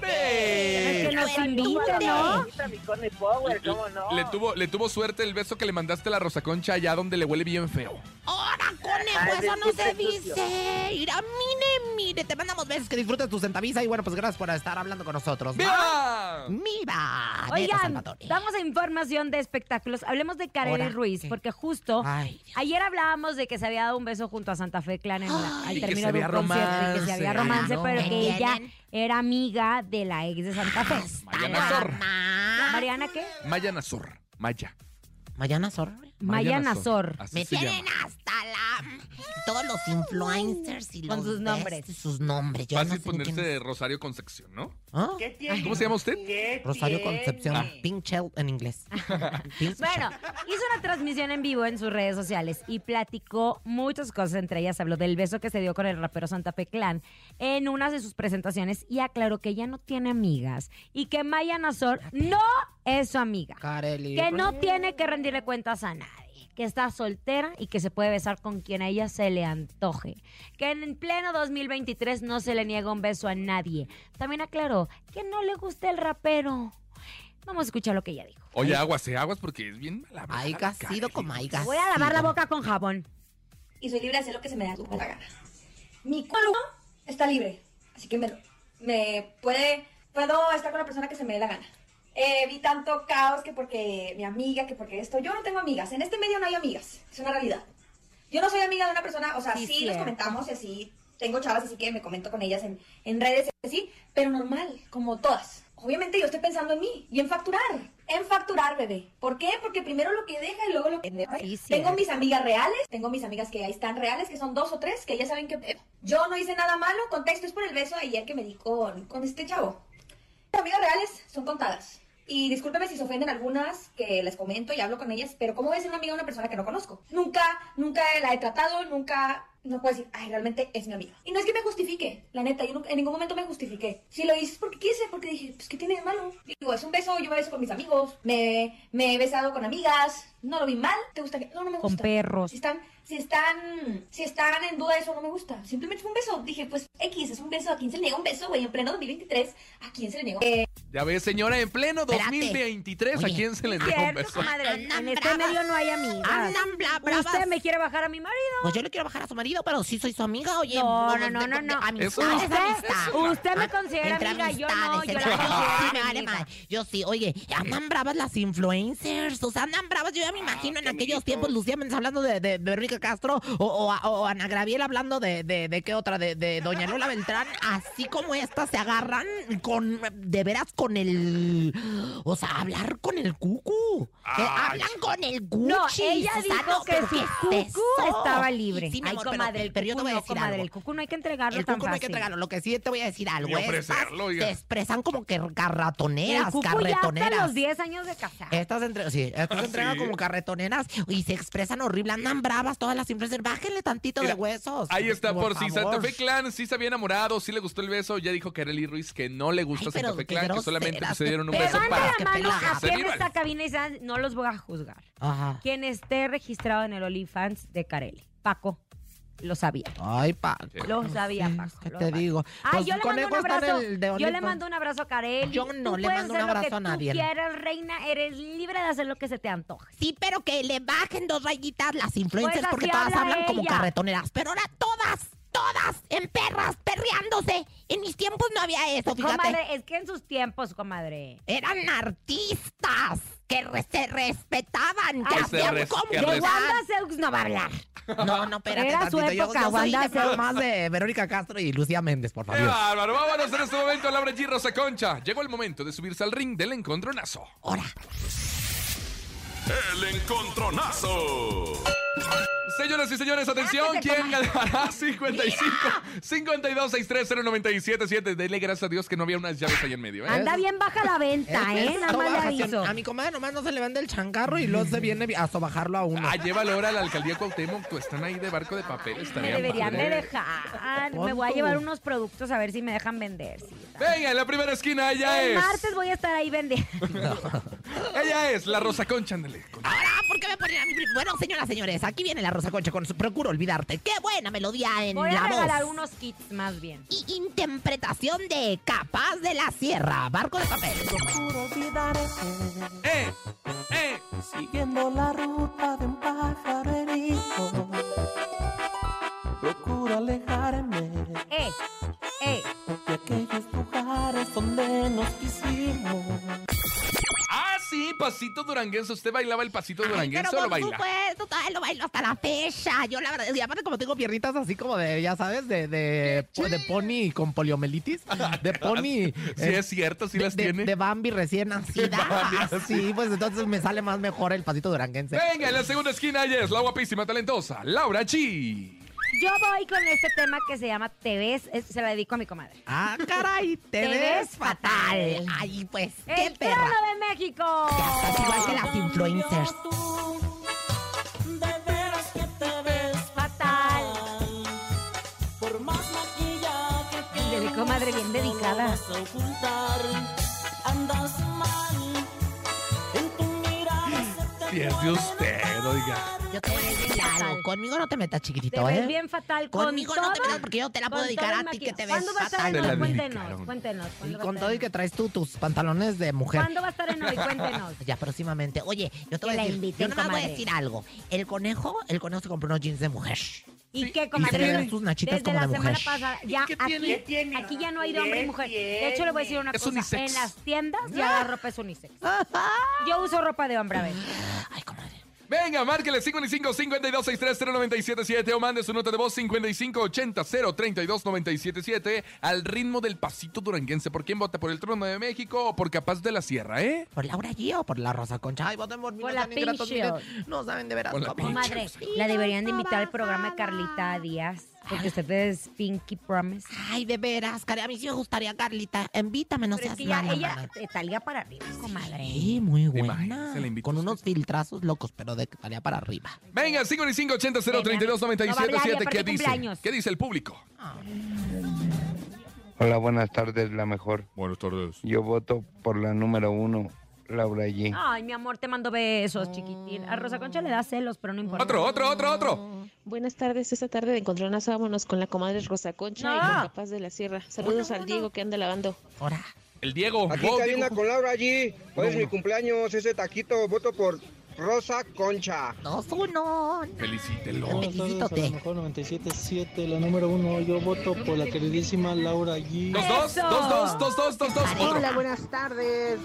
Speaker 3: Es que
Speaker 5: Salvatore!
Speaker 3: nos invita, ¿no?
Speaker 10: Ahorita mi Cone Power, cómo no.
Speaker 5: Le tuvo, le tuvo suerte el beso que le mandaste a la Rosaconcha allá donde le huele bien feo.
Speaker 4: ¡Ahora, conejo!
Speaker 10: Ay,
Speaker 4: ¡Eso no se
Speaker 10: siempre sucio.
Speaker 4: dice! ¡Ira, mire, mire! Te mandamos besos, que disfrutes tu centaviza y bueno, pues gracias por estar hablando con nosotros.
Speaker 5: ¡Viva!
Speaker 4: ¡Viva! Neto
Speaker 3: Oigan,
Speaker 4: Salvatore.
Speaker 3: vamos a información de espectáculos. Hablemos de Kareli
Speaker 4: Ahora,
Speaker 3: Ruiz,
Speaker 4: ¿qué?
Speaker 3: porque justo
Speaker 4: Ay, Dios.
Speaker 3: ayer hablábamos de que se había dado un beso junto a Santa Fe Clan en la-
Speaker 4: Ay,
Speaker 3: al
Speaker 4: y
Speaker 5: que
Speaker 3: término
Speaker 5: se
Speaker 3: de un
Speaker 5: había
Speaker 3: concierto y que se
Speaker 5: romance.
Speaker 3: había romance,
Speaker 4: Ah, no,
Speaker 3: pero
Speaker 4: ¿me
Speaker 3: que ella
Speaker 4: entienden?
Speaker 3: era amiga de la ex de Santa Fe.
Speaker 5: Mariana Sor.
Speaker 4: Mariana,
Speaker 3: ¿Mariana qué?
Speaker 5: Maya Nazor. Maya.
Speaker 4: Mariana Sor.
Speaker 3: Maya Nazor.
Speaker 5: Así
Speaker 4: ¿eh? Me
Speaker 5: se
Speaker 4: tienen
Speaker 5: llama.
Speaker 4: hasta la... Todos los influencers y
Speaker 3: Con
Speaker 4: los
Speaker 3: sus
Speaker 4: best-
Speaker 3: nombres.
Speaker 4: Sus nombres. Yo no
Speaker 5: Fácil
Speaker 4: sé ni quién
Speaker 5: ponerse
Speaker 4: es.
Speaker 5: Rosario con sección, ¿no?
Speaker 4: ¿Ah?
Speaker 5: ¿Cómo se llama usted?
Speaker 4: Rosario Concepción.
Speaker 5: Ah.
Speaker 4: Pink Shell en inglés. Pink
Speaker 3: Bueno, hizo una transmisión en vivo en sus redes sociales y platicó muchas cosas. Entre ellas habló del beso que se dio con el rapero Santa Fe Clan en una de sus presentaciones y aclaró que ella no tiene amigas y que Maya Nazor no es su amiga.
Speaker 4: Carelli.
Speaker 3: Que no tiene que rendirle cuentas a nadie. Que está soltera y que se puede besar con quien a ella se le antoje. Que en pleno 2023 no se le niega un beso a nadie. También aclaró que no le gusta el rapero. Vamos a escuchar lo que ella dijo.
Speaker 5: Oye, aguas, eh, aguas porque es bien mala.
Speaker 4: Ay,
Speaker 5: mala,
Speaker 4: Gasido
Speaker 5: Kareli.
Speaker 4: como ay, Gasido.
Speaker 3: Voy a lavar la boca con jabón.
Speaker 11: y soy libre de hacer lo que se me da la gana. Mi columna está libre, así que me, me puede, puedo estar con la persona que se me dé la gana. Eh, vi tanto caos que porque mi amiga, que porque esto. Yo no tengo amigas. En este medio no hay amigas. Es una realidad. Yo no soy amiga de una persona, o sea,
Speaker 3: Sí,
Speaker 11: sí,
Speaker 3: cierto.
Speaker 11: nos comentamos y así. Tengo chavas, así que me comento con ellas en, en redes, así, pero normal, como todas. Obviamente yo estoy pensando en mí y en facturar. En facturar, bebé. ¿Por qué? Porque primero lo que deja y luego lo que deja.
Speaker 3: Sí, cierto.
Speaker 11: tengo mis amigas reales, tengo mis amigas que ahí están reales, que son dos o tres, que ya saben
Speaker 3: Eh.
Speaker 11: que yo no hice nada malo. Contexto es por el beso de ayer que me di con, con este chavo. Mis amigas reales son contadas. Y discúlpeme si se ofenden algunas, que les comento y hablo con ellas, pero ¿cómo voy a ser una amiga de una persona que no conozco? Nunca, nunca la he tratado, nunca, no puedo decir, ay, realmente es mi amiga. Y no es que me justifique, la neta, yo nunca- en ningún momento me justifiqué. Si lo hice es porque quise, porque dije, pues, ¿qué tiene de malo? Digo, es un beso, yo me beso con mis amigos, me, me he besado con amigas, no lo vi mal, ¿te gusta? que- No, no me gusta.
Speaker 3: Con perros.
Speaker 11: Si están, si están, si están en duda, eso no me gusta. Simplemente fue un beso. Dije, pues, X, es un beso. ¿A quién se le niega un beso, güey? En pleno 2023, ¿a quién se le niega? Eh,
Speaker 5: Ya ves, señora, en pleno
Speaker 4: Espérate.
Speaker 5: 2023, ¿a
Speaker 4: Oye.
Speaker 5: quién se le dio un
Speaker 3: Cierto,
Speaker 5: beso?
Speaker 3: comadre.
Speaker 4: Andan
Speaker 3: En este
Speaker 4: bravas.
Speaker 3: medio no hay amigas.
Speaker 4: Andan bla-
Speaker 3: Usted
Speaker 4: bravas.
Speaker 3: me quiere bajar a mi marido.
Speaker 4: Pues yo le quiero bajar a su marido, pero sí soy su amiga, oye.
Speaker 3: No,
Speaker 4: bueno,
Speaker 3: no,
Speaker 4: de-
Speaker 3: no,
Speaker 4: de-
Speaker 3: no, no.
Speaker 4: amistad,
Speaker 5: Eso-
Speaker 4: es
Speaker 3: Usted-
Speaker 4: amistad.
Speaker 3: usted me
Speaker 4: Ah,
Speaker 3: considera
Speaker 4: entre
Speaker 3: amiga, yo no, yo la
Speaker 4: amistades,
Speaker 3: considero
Speaker 4: entre-
Speaker 3: mi
Speaker 4: me vale
Speaker 3: amiga.
Speaker 4: madre. Yo sí, oye, andan bravas las influencers, o sea, andan bravas, yo ya me imagino en aquellos tiempos Lucía Méndez hablando de, de Verónica Castro o, o- o Ana Graviel hablando de, de, de qué otra, de, de Doña Lola Beltrán, así como estas se agarran con, de veras con el, o sea, hablar con el cucu, Que hablan con el cucu.
Speaker 3: No, ella dijo que su cucú estaba libre.
Speaker 4: Sí, mi
Speaker 3: Ay,
Speaker 4: amor, pero-
Speaker 3: comadre, el
Speaker 4: pero yo te
Speaker 3: cucú
Speaker 4: voy a
Speaker 3: no,
Speaker 4: decir
Speaker 3: comadre,
Speaker 4: algo.
Speaker 3: el cucú no hay que entregarlo
Speaker 4: El
Speaker 3: tan
Speaker 4: cuco no hay que
Speaker 3: fácil.
Speaker 4: entregarlo. Lo que sí te voy a decir algo.
Speaker 5: Ni ofrecerlo,
Speaker 4: Estas
Speaker 5: oiga.
Speaker 4: se expresan como que carratoneras,
Speaker 3: El cucú ya hasta
Speaker 4: carretoneras. Eh,
Speaker 3: los 10 años de casar.
Speaker 4: Estas entre, sí, estas
Speaker 5: Ah,
Speaker 4: entregan
Speaker 5: sí.
Speaker 4: como carretoneras y se expresan horrible, andan bravas todas las influencers. Bájenle tantito
Speaker 5: Mira,
Speaker 4: de huesos.
Speaker 5: Ahí está, por, si
Speaker 4: favor.
Speaker 5: Santa Fe Clan sí se había enamorado, sí le gustó el beso. Ya dijo Kareli Ruiz que no le gusta
Speaker 4: Ay,
Speaker 5: Santa
Speaker 4: pero
Speaker 5: Fe
Speaker 4: qué
Speaker 5: Clan, que
Speaker 4: groseras,
Speaker 5: solamente pues, se
Speaker 4: qué
Speaker 5: dieron un
Speaker 4: pe-
Speaker 5: beso
Speaker 3: Levanten
Speaker 4: para
Speaker 5: para
Speaker 4: que
Speaker 3: la mano
Speaker 4: peladas.
Speaker 3: a
Speaker 5: se
Speaker 3: quien en esta
Speaker 5: vivan.
Speaker 3: cabina y sean- no los voy a juzgar.
Speaker 4: Ajá.
Speaker 3: Quien esté registrado en el OnlyFans de Carelli. Paco, lo sabía.
Speaker 4: Ay, pa.
Speaker 3: Lo sabía,
Speaker 4: Pues Sí,
Speaker 3: Paco.
Speaker 4: ¿Qué
Speaker 3: lo
Speaker 4: te
Speaker 3: sabía.
Speaker 4: digo?
Speaker 3: Ah,
Speaker 4: Pues
Speaker 3: yo le mando
Speaker 4: Conejo
Speaker 3: un
Speaker 4: está en
Speaker 3: abrazo.
Speaker 4: el de
Speaker 3: Yo le
Speaker 4: OnlyFans.
Speaker 3: mando un abrazo a Carelli.
Speaker 4: Yo no
Speaker 3: Tú
Speaker 4: le
Speaker 3: puedes
Speaker 4: mando
Speaker 3: hacer
Speaker 4: un
Speaker 3: lo que
Speaker 4: abrazo a nadie.
Speaker 3: Tú quieres, reina, eres libre de hacer lo que se te antoje.
Speaker 4: Sí, pero que le bajen dos rayitas las influencers
Speaker 3: Pues así
Speaker 4: porque todas
Speaker 3: habla
Speaker 4: hablan como
Speaker 3: ella.
Speaker 4: carretoneras. Pero ahora todas, todas en perras, perreándose En mis tiempos no había eso, fíjate.
Speaker 3: Comadre, es que en sus tiempos, comadre.
Speaker 4: Eran artistas que re- se respetaban, que
Speaker 3: Ay,
Speaker 4: hacían
Speaker 3: de
Speaker 4: comunidad.
Speaker 3: Wanda Seux no va a hablar.
Speaker 4: No, no, espérate
Speaker 3: Era su
Speaker 4: tantito. Yo-
Speaker 3: época,
Speaker 4: yo, soy
Speaker 3: Wanda
Speaker 4: de pro-
Speaker 3: Seux.
Speaker 4: más de Verónica Castro y Lucía Méndez, por
Speaker 5: ¡Qué
Speaker 4: favor.
Speaker 5: bárbaro! Vámonos en este momento a Laura G. Rosa Concha. Llegó el momento de subirse al ring del encontronazo.
Speaker 6: El encontronazo.
Speaker 5: Señoras y señores, atención, ¿quién ganará 55 52 63 0977? Dele gracias a Dios que no había unas llaves ahí en medio, ¿eh?
Speaker 3: Anda bien baja la venta,
Speaker 4: Es-
Speaker 3: ¿eh?
Speaker 4: es
Speaker 3: Nada
Speaker 4: todo
Speaker 3: más le
Speaker 4: bajación.
Speaker 3: aviso.
Speaker 4: A mi comadre nomás no se le vende el changarro y
Speaker 3: Mm.
Speaker 4: luego se viene a sobajarlo a uno.
Speaker 5: Ah, llévalo ahora a la alcaldía Cuauhtémoc, tú están ahí de barco de papel,
Speaker 3: Me
Speaker 5: estaría
Speaker 3: deberían de
Speaker 5: padre.
Speaker 3: dejar. Me voy a
Speaker 5: ¿Cuánto?
Speaker 3: llevar unos productos a ver si me dejan vender. sí.
Speaker 5: Venga, en la primera esquina ella
Speaker 3: El
Speaker 5: es.
Speaker 3: martes voy a estar ahí vendiendo.
Speaker 5: Ella es la Rosa Concha, ándale.
Speaker 4: Ahora, ¿por qué me ponen a mí? pri- Bueno, señoras, señores, aquí viene la Rosa Concha con su Procuro Olvidarte. Qué buena melodía en
Speaker 3: Voy
Speaker 4: la
Speaker 3: a regalar
Speaker 4: voz.
Speaker 3: unos kits más bien.
Speaker 4: Y interpretación de Capaz de la Sierra, Barco de Papel.
Speaker 5: Eh, eh.
Speaker 1: Siguiendo la ruta de un pájaro herido, procuro alejarme
Speaker 3: Eh, eh.
Speaker 1: de aquellos lugares donde nos quisimos.
Speaker 5: Ah, sí, pasito duranguense. ¿Usted bailaba el pasito duranguense o
Speaker 4: Pero
Speaker 5: lo
Speaker 4: por
Speaker 5: baila?
Speaker 4: supuesto, todavía lo bailo hasta la fecha. Yo la verdad, y aparte como tengo piernitas así como de, ya sabes, de, de, po- de pony con poliomelitis, de pony...
Speaker 5: Ah,
Speaker 4: eh,
Speaker 5: Sí, es cierto, sí
Speaker 4: de-
Speaker 5: las
Speaker 4: de-
Speaker 5: tiene.
Speaker 4: De Bambi recién nacida. sí, pues entonces me sale más mejor el pasito duranguense.
Speaker 5: Venga, en la segunda esquina ella es la guapísima, talentosa, Laura G.
Speaker 3: Yo voy con este tema que se llama Te ves, es- se la dedico a mi comadre.
Speaker 4: Ah, caray, te,
Speaker 3: Te ves
Speaker 4: ves fatal. Ay, pues, qué
Speaker 3: ¡El
Speaker 4: perra.
Speaker 3: trono de México!
Speaker 4: Estás igual que las influencers.
Speaker 1: De veras que te ves fatal, por más maquillaje que
Speaker 3: Dedicó madre bien dedicada.
Speaker 1: vas a ocultar, andas mal, en tu mirada se te
Speaker 5: Si es de usted, oiga.
Speaker 4: Yo te voy a decir algo. Conmigo no te metas,
Speaker 3: Te
Speaker 4: chiquitito,
Speaker 3: ves
Speaker 4: ¿eh?
Speaker 3: bien fatal con
Speaker 4: Conmigo no te
Speaker 3: todo-
Speaker 4: metas porque yo te la puedo
Speaker 3: con
Speaker 4: dedicar
Speaker 3: todo
Speaker 4: a
Speaker 3: el
Speaker 4: ti que
Speaker 3: maquillaje.
Speaker 4: te ves
Speaker 3: ¿Cuándo va a estar
Speaker 4: fatal.
Speaker 3: en
Speaker 5: Te
Speaker 3: hoy?
Speaker 5: la
Speaker 3: Cuéntenos,
Speaker 5: dedicaron.
Speaker 3: cuéntenos.
Speaker 4: Y
Speaker 3: ¿cuándo va a
Speaker 4: con
Speaker 3: estar
Speaker 4: todo y
Speaker 3: en
Speaker 4: que
Speaker 3: hoy?
Speaker 4: traes tú tus pantalones de mujer.
Speaker 3: ¿Cuándo va a estar en hoy? Cuéntenos.
Speaker 4: Ya próximamente. Oye, yo te voy
Speaker 3: Que la
Speaker 4: a decir,
Speaker 3: inviten,
Speaker 4: yo nomás voy a
Speaker 3: comadre.
Speaker 4: decir algo. El conejo, el conejo se compró unos jeans de mujer.
Speaker 3: ¿Y qué,
Speaker 4: Y se le
Speaker 3: comadre?
Speaker 4: ven sus nachitas
Speaker 3: Desde
Speaker 4: como
Speaker 3: la
Speaker 4: de
Speaker 3: semana
Speaker 4: mujer.
Speaker 3: pasada, ya aquí, aquí ya no hay de hombre y mujer. De hecho, le voy a decir una
Speaker 5: Es
Speaker 3: cosa.
Speaker 5: unisex.
Speaker 3: En las tiendas ya la ropa es unisex. Yo uso ropa de hombre, a ver.
Speaker 5: Venga, márquele 55 52 63 0977 o mande su nota de voz 55 80 032 977 al ritmo del pasito duranguense. ¿Por quién vota? ¿Por el trono de México o por Capaz de la Sierra, eh?
Speaker 4: ¿Por Laura G o por la Rosa Concha? Ay, voten por mí,
Speaker 3: Por
Speaker 4: no
Speaker 3: la
Speaker 4: sean ingratos,
Speaker 3: Pink
Speaker 4: miren,
Speaker 3: Shield.
Speaker 4: No saben de veras
Speaker 5: Por la
Speaker 4: cómo.
Speaker 5: Pink
Speaker 3: Comadre, la deberían de invitar al programa de Carlita Díaz. Porque usted es Pinky Promise.
Speaker 4: Ay, de veras, Cari, a mí sí me gustaría, Carlita. Invítame, no
Speaker 3: Pero es
Speaker 4: seas
Speaker 3: que ya,
Speaker 4: mala,
Speaker 3: ella
Speaker 4: mana.
Speaker 3: te talía para arriba, comadre.
Speaker 4: Sí, muy
Speaker 5: Imagínese,
Speaker 4: buena.
Speaker 5: la invito
Speaker 4: Con
Speaker 5: a usted.
Speaker 4: unos filtrazos locos, pero de que salía para arriba.
Speaker 5: Venga, 55 80 032 977
Speaker 3: No va a hablar, y
Speaker 5: ¿Qué
Speaker 3: aparte
Speaker 5: dice?
Speaker 3: cumpleaños.
Speaker 5: ¿Qué dice el público?
Speaker 12: Hola, buenas tardes, la mejor.
Speaker 5: Buenas tardes.
Speaker 12: Yo voto por la número uno, Laura G.
Speaker 3: Ay, mi amor, te mando besos, chiquitín. A Rosa Concha le da celos, pero no importa.
Speaker 5: Otro, otro, otro, otro.
Speaker 13: Buenas tardes, esta tarde de Encontronazo vámonos con la comadre Rosa Concha y
Speaker 3: No.
Speaker 13: con Capaz de la Sierra. Saludos al Diego que anda lavando.
Speaker 4: Ahora.
Speaker 5: El Diego.
Speaker 14: Aquí
Speaker 5: vos,
Speaker 14: Karina
Speaker 5: Diego.
Speaker 14: con Laura allí. Hoy es mi cumpleaños, ese taquito. Voto por Rosa Concha.
Speaker 4: Dos, uno.
Speaker 5: Felicítelo.
Speaker 4: Felicítate.
Speaker 15: mejor 977, la número uno. Yo voto por la queridísima Laura G.
Speaker 5: Dos, dos,
Speaker 3: Eso.
Speaker 5: dos, dos, dos, dos, dos, dos. Otro.
Speaker 16: Hola, buenas tardes.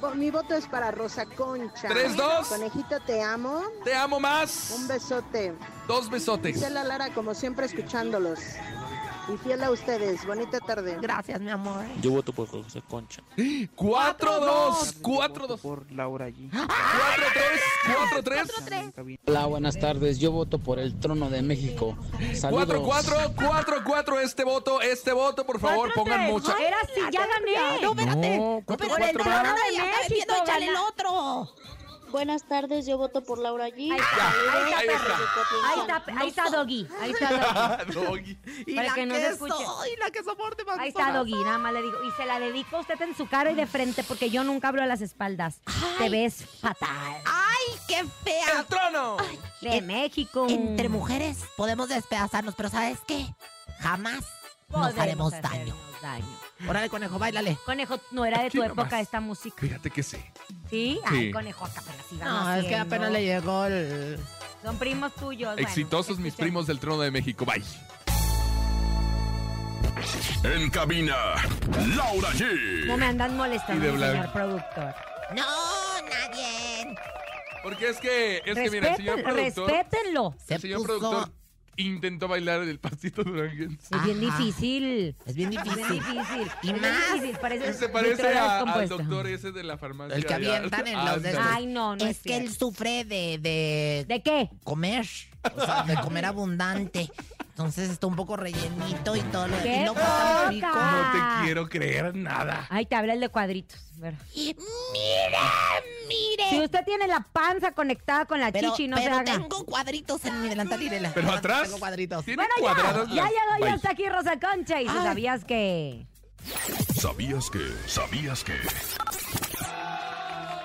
Speaker 16: Vo- Mi voto es para Rosa Concha.
Speaker 5: Tres, dos.
Speaker 16: Conejito, te amo.
Speaker 5: Te amo más.
Speaker 16: Un besote.
Speaker 5: Dos besotes.
Speaker 16: Gisela Lara, como siempre, escuchándolos. Y fiel a ustedes. Bonita tarde.
Speaker 4: Gracias, mi amor.
Speaker 15: Yo voto por Rosa Concha.
Speaker 5: Cuatro, dos. Cuatro, dos.
Speaker 15: Por Laura G.
Speaker 5: Cuatro, tres. Cuatro, tres.
Speaker 15: Hola, buenas tardes. Yo voto por el trono de México. Saludos.
Speaker 5: 4-4, 4-4, este voto, este voto, por favor, pongan mucha.
Speaker 3: Era así, ya gané.
Speaker 4: No, espérate.
Speaker 5: No,
Speaker 4: No, pero
Speaker 5: cuatro,
Speaker 4: el
Speaker 5: cuatro,
Speaker 4: trono
Speaker 3: va.
Speaker 4: ya está
Speaker 3: México,
Speaker 4: vendiendo, échale el
Speaker 3: gana.
Speaker 4: otro.
Speaker 17: Buenas tardes, yo voto por Laura G.
Speaker 3: Ahí está, ahí
Speaker 5: Ahí
Speaker 3: está,
Speaker 5: está.
Speaker 3: ahí está, ahí está Doggy, ahí está Doggy.
Speaker 15: Ah,
Speaker 5: Doggy.
Speaker 4: Y
Speaker 3: Para
Speaker 4: la
Speaker 3: que no se escuche.
Speaker 4: soy, la que soporte más.
Speaker 3: Ahí está Doggy, nada más le digo. Y se la dedico a usted en su cara y de frente porque yo nunca hablo a las espaldas. Te ves fatal.
Speaker 4: Ay, qué
Speaker 5: ¡El
Speaker 4: fea.
Speaker 5: trono!
Speaker 3: De México.
Speaker 4: Entre mujeres podemos despedazarnos, pero ¿sabes qué? Jamás nos
Speaker 3: Podemos
Speaker 4: haremos
Speaker 3: hacernos
Speaker 4: daño.
Speaker 3: daño.
Speaker 4: Órale, conejo, bailale.
Speaker 3: Conejo, no era de
Speaker 5: Aquí
Speaker 3: tu
Speaker 5: nomás.
Speaker 3: época esta música.
Speaker 5: Fíjate que sí.
Speaker 3: ¿Sí? Ay,
Speaker 5: Sí.
Speaker 3: conejo, acá apenas iba
Speaker 4: No, Ah, es que
Speaker 3: naciendo.
Speaker 4: apenas le llegó el...
Speaker 3: Son primos tuyos. bueno,
Speaker 5: Exitosos mis
Speaker 3: escuchen.
Speaker 5: primos del trono de México, bye.
Speaker 6: En cabina, Laura G.
Speaker 3: No me andan molestando,
Speaker 5: Y de blanco.
Speaker 3: señor productor.
Speaker 4: No, nadie.
Speaker 5: Porque es que, es que mira, el señor
Speaker 3: Respeten-
Speaker 5: productor.
Speaker 3: respétenlo.
Speaker 5: El señor
Speaker 3: puso-
Speaker 5: productor intentó bailar el pasito duranguense.
Speaker 3: Es bien difícil.
Speaker 4: Es bien
Speaker 3: Es bien difícil.
Speaker 4: Y
Speaker 3: Es bien
Speaker 4: más.
Speaker 3: difícil, Parece,
Speaker 5: Se este parece
Speaker 3: literal
Speaker 5: a- al
Speaker 3: descompuesto.
Speaker 5: doctor ese de la farmacia.
Speaker 4: El que
Speaker 5: allá.
Speaker 4: avientan en los dedos.
Speaker 5: Ándale.
Speaker 3: Ay, no, no es
Speaker 4: Es que él sufre de, de...
Speaker 3: ¿De qué?
Speaker 4: Comer. O sea, de comer abundante. Entonces está un poco rellenito y todo lo
Speaker 3: ¡Qué
Speaker 4: y luego está muy rico.
Speaker 3: poca!
Speaker 5: No te quiero creer nada.
Speaker 4: Ah,
Speaker 3: Ay, te habla el de cuadritos. Mira.
Speaker 4: ¡Mira, mire!
Speaker 3: Si usted tiene la panza conectada con la
Speaker 4: Eh. Pero,
Speaker 3: chichi, no se
Speaker 4: pero
Speaker 3: haga.
Speaker 4: tengo cuadritos en mi delantal, Irela.
Speaker 5: Pero atrás.
Speaker 4: Tengo cuadritos.
Speaker 5: Tiene
Speaker 3: Bueno, ya.
Speaker 5: cuadradas
Speaker 3: Ya
Speaker 5: las-
Speaker 3: llegó y
Speaker 5: Bye.
Speaker 3: hasta aquí Rosa Concha. Y si sabías que.
Speaker 6: ¿Sabías que? ¿Sabías que?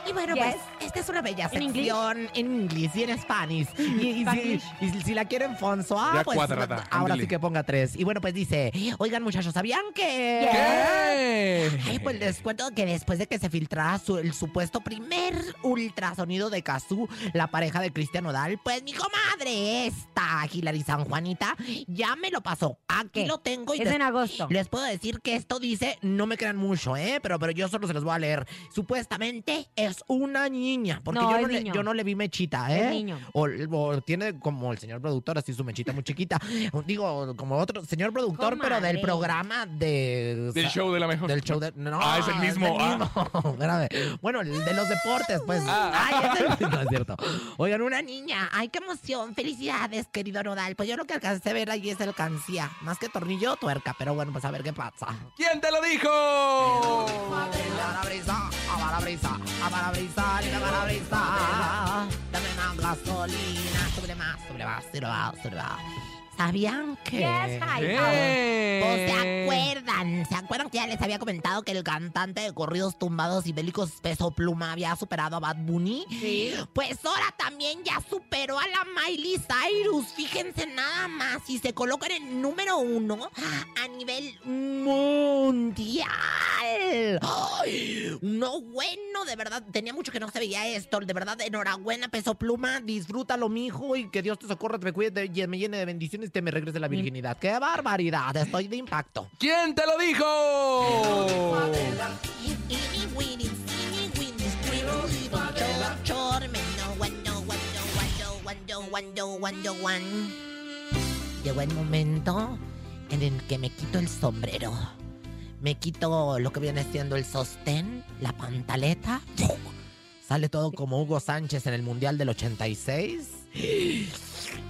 Speaker 4: Y bueno,
Speaker 3: Yes.
Speaker 4: pues, esta es una bella
Speaker 3: ¿En inglés?
Speaker 4: sección en inglés y en Spanish. Y, y si,
Speaker 3: Spanish.
Speaker 4: y si- si la quieren Fonsoa,
Speaker 5: Ya
Speaker 4: pues
Speaker 5: cuadrada,
Speaker 4: ahora
Speaker 5: ándele.
Speaker 4: sí que ponga tres. Y bueno, pues dice, oigan muchachos, ¿sabían que...?
Speaker 5: ¿Qué?
Speaker 4: Ay, pues les cuento que después de que se filtrara su- el supuesto primer ultrasonido de Cazú, la pareja de Cristian Odal, pues mi comadre, esta Hilary San Juanita, ya me lo pasó. Aquí
Speaker 3: ¿Qué?
Speaker 4: lo tengo y
Speaker 3: Es
Speaker 4: les-
Speaker 3: en agosto.
Speaker 4: les puedo decir que esto dice, no me crean mucho, ¿eh? Pero, pero yo solo se los voy a leer. Supuestamente es una niña, porque
Speaker 3: No,
Speaker 4: yo,
Speaker 3: es
Speaker 4: no le,
Speaker 3: niño.
Speaker 4: yo no le vi mechita,
Speaker 3: Es
Speaker 4: ¿eh?
Speaker 3: niño.
Speaker 4: O, o tiene como el señor productor, así su mechita muy chiquita. Digo, como otro señor productor, pero del
Speaker 3: Comadre.
Speaker 4: programa de... o
Speaker 5: Del
Speaker 4: sea,
Speaker 5: show de la mejor.
Speaker 4: Del show de... No,
Speaker 5: Ah, Ah. es el mismo,
Speaker 4: mismo. Grave. Bueno, el de los deportes, pues. Ay, es el- no es cierto. Oigan, una niña. Ay, qué emoción. Felicidades, querido Nodal. Pues yo lo que alcancé a ver allí es alcancía. Más que tornillo, tuerca. Pero bueno, pues a ver qué pasa.
Speaker 5: ¿Quién te lo dijo?
Speaker 4: Abarabrizá, abarabrizá, abarabrizá, abarabrizá. Dame más gasolina. Súbele más, súbele más, súbele más, súbele más. ¿Sabían que...?
Speaker 3: Yes,
Speaker 5: Eh.
Speaker 3: hi.
Speaker 5: ¿Qué?
Speaker 4: Pues
Speaker 5: Eh.
Speaker 4: se acuerdan, se acuerdan que ya les había comentado que el cantante de corridos tumbados y bélicos Peso Pluma había superado a Bad Bunny.
Speaker 3: Sí.
Speaker 4: Pues ahora también ya superó a la Miley Cyrus. Fíjense nada más. Y se coloca en el número uno a nivel mundial. ¡Ay! No bueno, de verdad. Tenía mucho que no se veía esto. De verdad, enhorabuena, Peso Pluma. Disfrútalo, mijo. Y que Dios te socorra, te me cuide, te- me llene de bendiciones y te me regrese la virginidad. ¡Qué barbaridad! Estoy de impacto.
Speaker 5: ¿Quién te lo dijo?
Speaker 4: Eeny, weeny, teeny, weeny, squirrel, little chor- chormen. No one, no one, no one, no one, no one, no one, no one. Llegó el momento en el que me quito el sombrero. Me quito lo que viene siendo el sostén, la pantaleta. Sale todo como Hugo Sánchez en el Mundial del 86.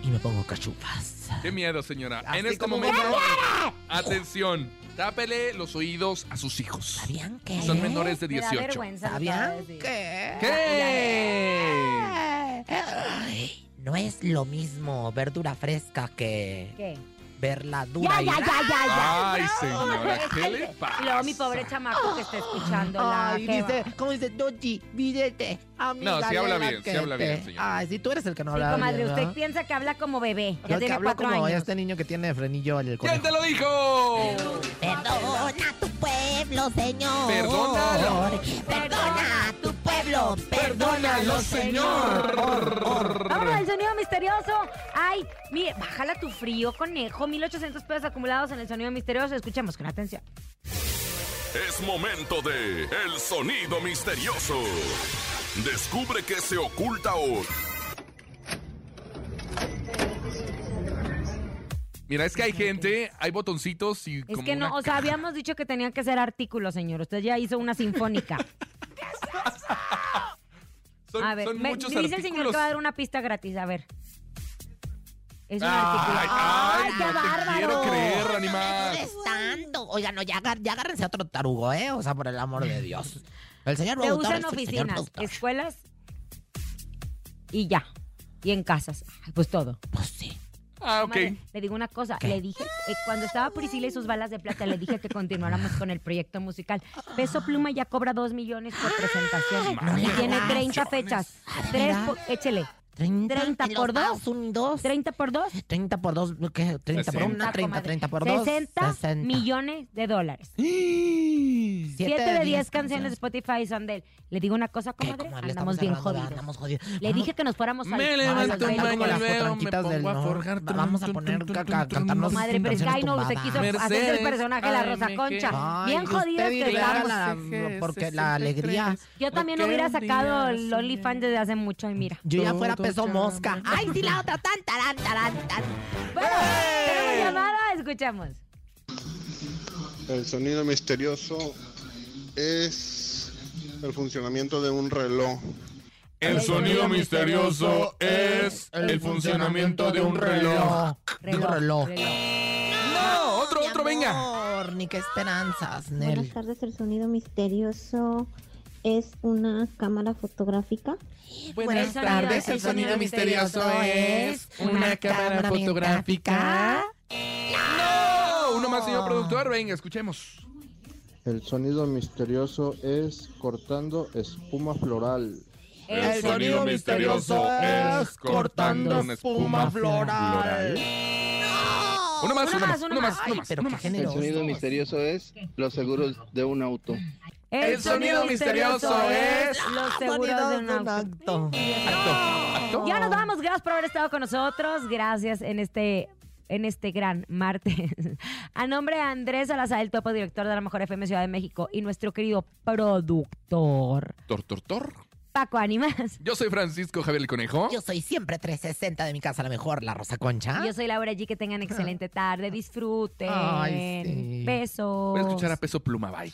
Speaker 4: Y me pongo cachupas.
Speaker 5: Qué miedo, señora.
Speaker 4: Así
Speaker 5: en este
Speaker 4: como
Speaker 5: momento,
Speaker 4: me
Speaker 5: atención, tápele los oídos a sus hijos.
Speaker 4: ¿Sabían que?
Speaker 5: Son menores de
Speaker 3: ¿Eh? Me da
Speaker 5: 18.
Speaker 3: vergüenza. lo que acaba de
Speaker 4: ¿Sabían
Speaker 3: decir.
Speaker 4: que?
Speaker 5: ¿Qué?
Speaker 4: Ay, No es lo mismo verdura fresca que
Speaker 3: ¿Qué?
Speaker 4: verla
Speaker 3: Ya,
Speaker 4: dura. y-
Speaker 3: ya, ya, ya, ya.
Speaker 5: Ay, señora, ¿qué le
Speaker 3: Y luego mi
Speaker 5: pasa?
Speaker 3: pobre chamaco que está escuchando la.
Speaker 4: Ay,
Speaker 3: jeva.
Speaker 4: dice, ¿cómo dice? Dochi, videte, amiga.
Speaker 5: No, sí habla bien, sí
Speaker 4: relájate".
Speaker 5: habla bien, señora.
Speaker 4: Ay, si tú eres el que no
Speaker 3: Sí,
Speaker 4: habla
Speaker 3: comadre,
Speaker 4: bien,
Speaker 3: usted
Speaker 4: ¿verdad?
Speaker 3: piensa que habla como bebé. Ya
Speaker 4: Yo que
Speaker 3: tiene
Speaker 4: hablo
Speaker 3: cuatro
Speaker 4: como
Speaker 3: años.
Speaker 4: este niño que tiene frenillo el
Speaker 5: ¿Quién
Speaker 4: conejo.
Speaker 5: te lo dijo?
Speaker 4: Perdona tu pueblo, Señor.
Speaker 5: Perdónalo.
Speaker 4: Perdona tu pueblo.
Speaker 5: Perdónalo, Señor.
Speaker 3: Vámonos al sonido misterioso. Ay, mire, bájala tu frío, conejo. 1800 pesos acumulados en el sonido misterioso. Escuchemos con atención.
Speaker 6: Es momento de El Sonido Misterioso. Descubre qué se oculta hoy.
Speaker 5: Mira, es que hay gente, hay botoncitos y
Speaker 3: Es
Speaker 5: como
Speaker 3: que no,
Speaker 5: una
Speaker 3: o sea, habíamos dicho que tenían que ser artículos, señor. Usted ya hizo una sinfónica.
Speaker 5: Son,
Speaker 3: a ver,
Speaker 5: son
Speaker 3: me-
Speaker 5: muchos
Speaker 3: me dice el señor que va a dar una pista gratis. A ver. Es un artículo.
Speaker 5: Ay, ay,
Speaker 3: qué
Speaker 5: no te
Speaker 3: bárbaro!
Speaker 5: quiero creer,
Speaker 4: No,
Speaker 5: animal.
Speaker 4: No, no tanto. Oiga, no, ya, agar- ya agárrense a otro tarugo, ¿eh? O sea, por el amor de Dios. El señor
Speaker 3: Se
Speaker 4: productor
Speaker 3: usa en
Speaker 4: es el señor
Speaker 3: oficinas,
Speaker 4: productor.
Speaker 3: escuelas y ya. Y en casas. Ay, Pues todo.
Speaker 4: Pues sí.
Speaker 5: Ah, ok.
Speaker 3: Comadre, le digo una cosa, le dije, eh, cuando estaba Priscila y sus balas de plata, le dije que continuáramos con el proyecto musical. Peso Pluma ya cobra 2 millones por presentación.
Speaker 4: no
Speaker 3: Y
Speaker 4: le
Speaker 3: tiene
Speaker 4: hagas.
Speaker 3: 30 fechas. Tres
Speaker 4: ¿verdad?
Speaker 3: por- échele.
Speaker 4: 30,
Speaker 3: 30
Speaker 4: en
Speaker 3: por
Speaker 4: los Estados
Speaker 3: dos.
Speaker 4: Unidos.
Speaker 3: 30 por 2.
Speaker 4: 30 por 2, ¿qué? 30 por 1, 30, 30 por 2.
Speaker 3: 60 millones de dólares. Siete, de diez canciones de Spotify son de él. Le digo una cosa, comadre,
Speaker 4: le
Speaker 3: andamos
Speaker 4: estamos
Speaker 3: bien
Speaker 4: agarrando,
Speaker 3: jodidos.
Speaker 4: andamos jodidos.
Speaker 3: Le dije que nos fuéramos al...
Speaker 4: Me levanto
Speaker 3: al-
Speaker 4: mañana y veo, me pongo a forjar. Vamos a poner a cantarnos
Speaker 3: Madre, pero es que ay, no, usted quiso hacer el personaje la Rosa Concha. Bien jodidos que estamos.
Speaker 4: eh, Porque la alegría.
Speaker 3: Yo también hubiera sacado el OnlyFans desde hace mucho y mira.
Speaker 4: Yo ya fuera peso mosca. Ay, sí, la otra. Tan, tarán, tarán, tan.
Speaker 3: Bueno,
Speaker 4: ¡Eh!
Speaker 3: tenemos llamada, escuchamos.
Speaker 18: El sonido misterioso es el funcionamiento de un reloj.
Speaker 19: El sonido misterioso es el funcionamiento de un reloj.
Speaker 4: Reloj.
Speaker 5: No, otro, otro, venga.
Speaker 4: Amor, ni qué esperanzas,
Speaker 17: Buenas
Speaker 4: Nel.
Speaker 17: tardes, el sonido misterioso es una cámara fotográfica.
Speaker 4: Buenas tardes, el sonido misterioso es una cámara fotográfica.
Speaker 5: No, Ah, uno más, señor productor. Venga, escuchemos.
Speaker 20: El sonido misterioso es cortando espuma floral.
Speaker 5: El sonido misterioso es cortando una espuma floral.
Speaker 3: Oh,
Speaker 5: Uno más, uno más, uno más, uno más. uno más.
Speaker 20: El sonido misterioso es los seguros de un auto.
Speaker 5: El sonido misterioso es
Speaker 3: los seguros de un auto. Ya nos vamos, gracias por haber estado con nosotros. Gracias en este en este gran martes. A nombre de Andrés Salazar, el topo director de la Mejor FM Ciudad de México y nuestro querido productor
Speaker 5: Tor, tor, tor.
Speaker 3: Paco Ánimas.
Speaker 5: Yo soy Francisco Javier el Conejo.
Speaker 4: Yo soy siempre 360 de mi casa, la mejor, la Rosa Concha.
Speaker 5: ¿Ah?
Speaker 3: Y Yo soy Laura G, que tengan excelente tarde, disfruten.
Speaker 4: Ay,
Speaker 3: Besos.
Speaker 5: Voy a escuchar a Peso Pluma, bye.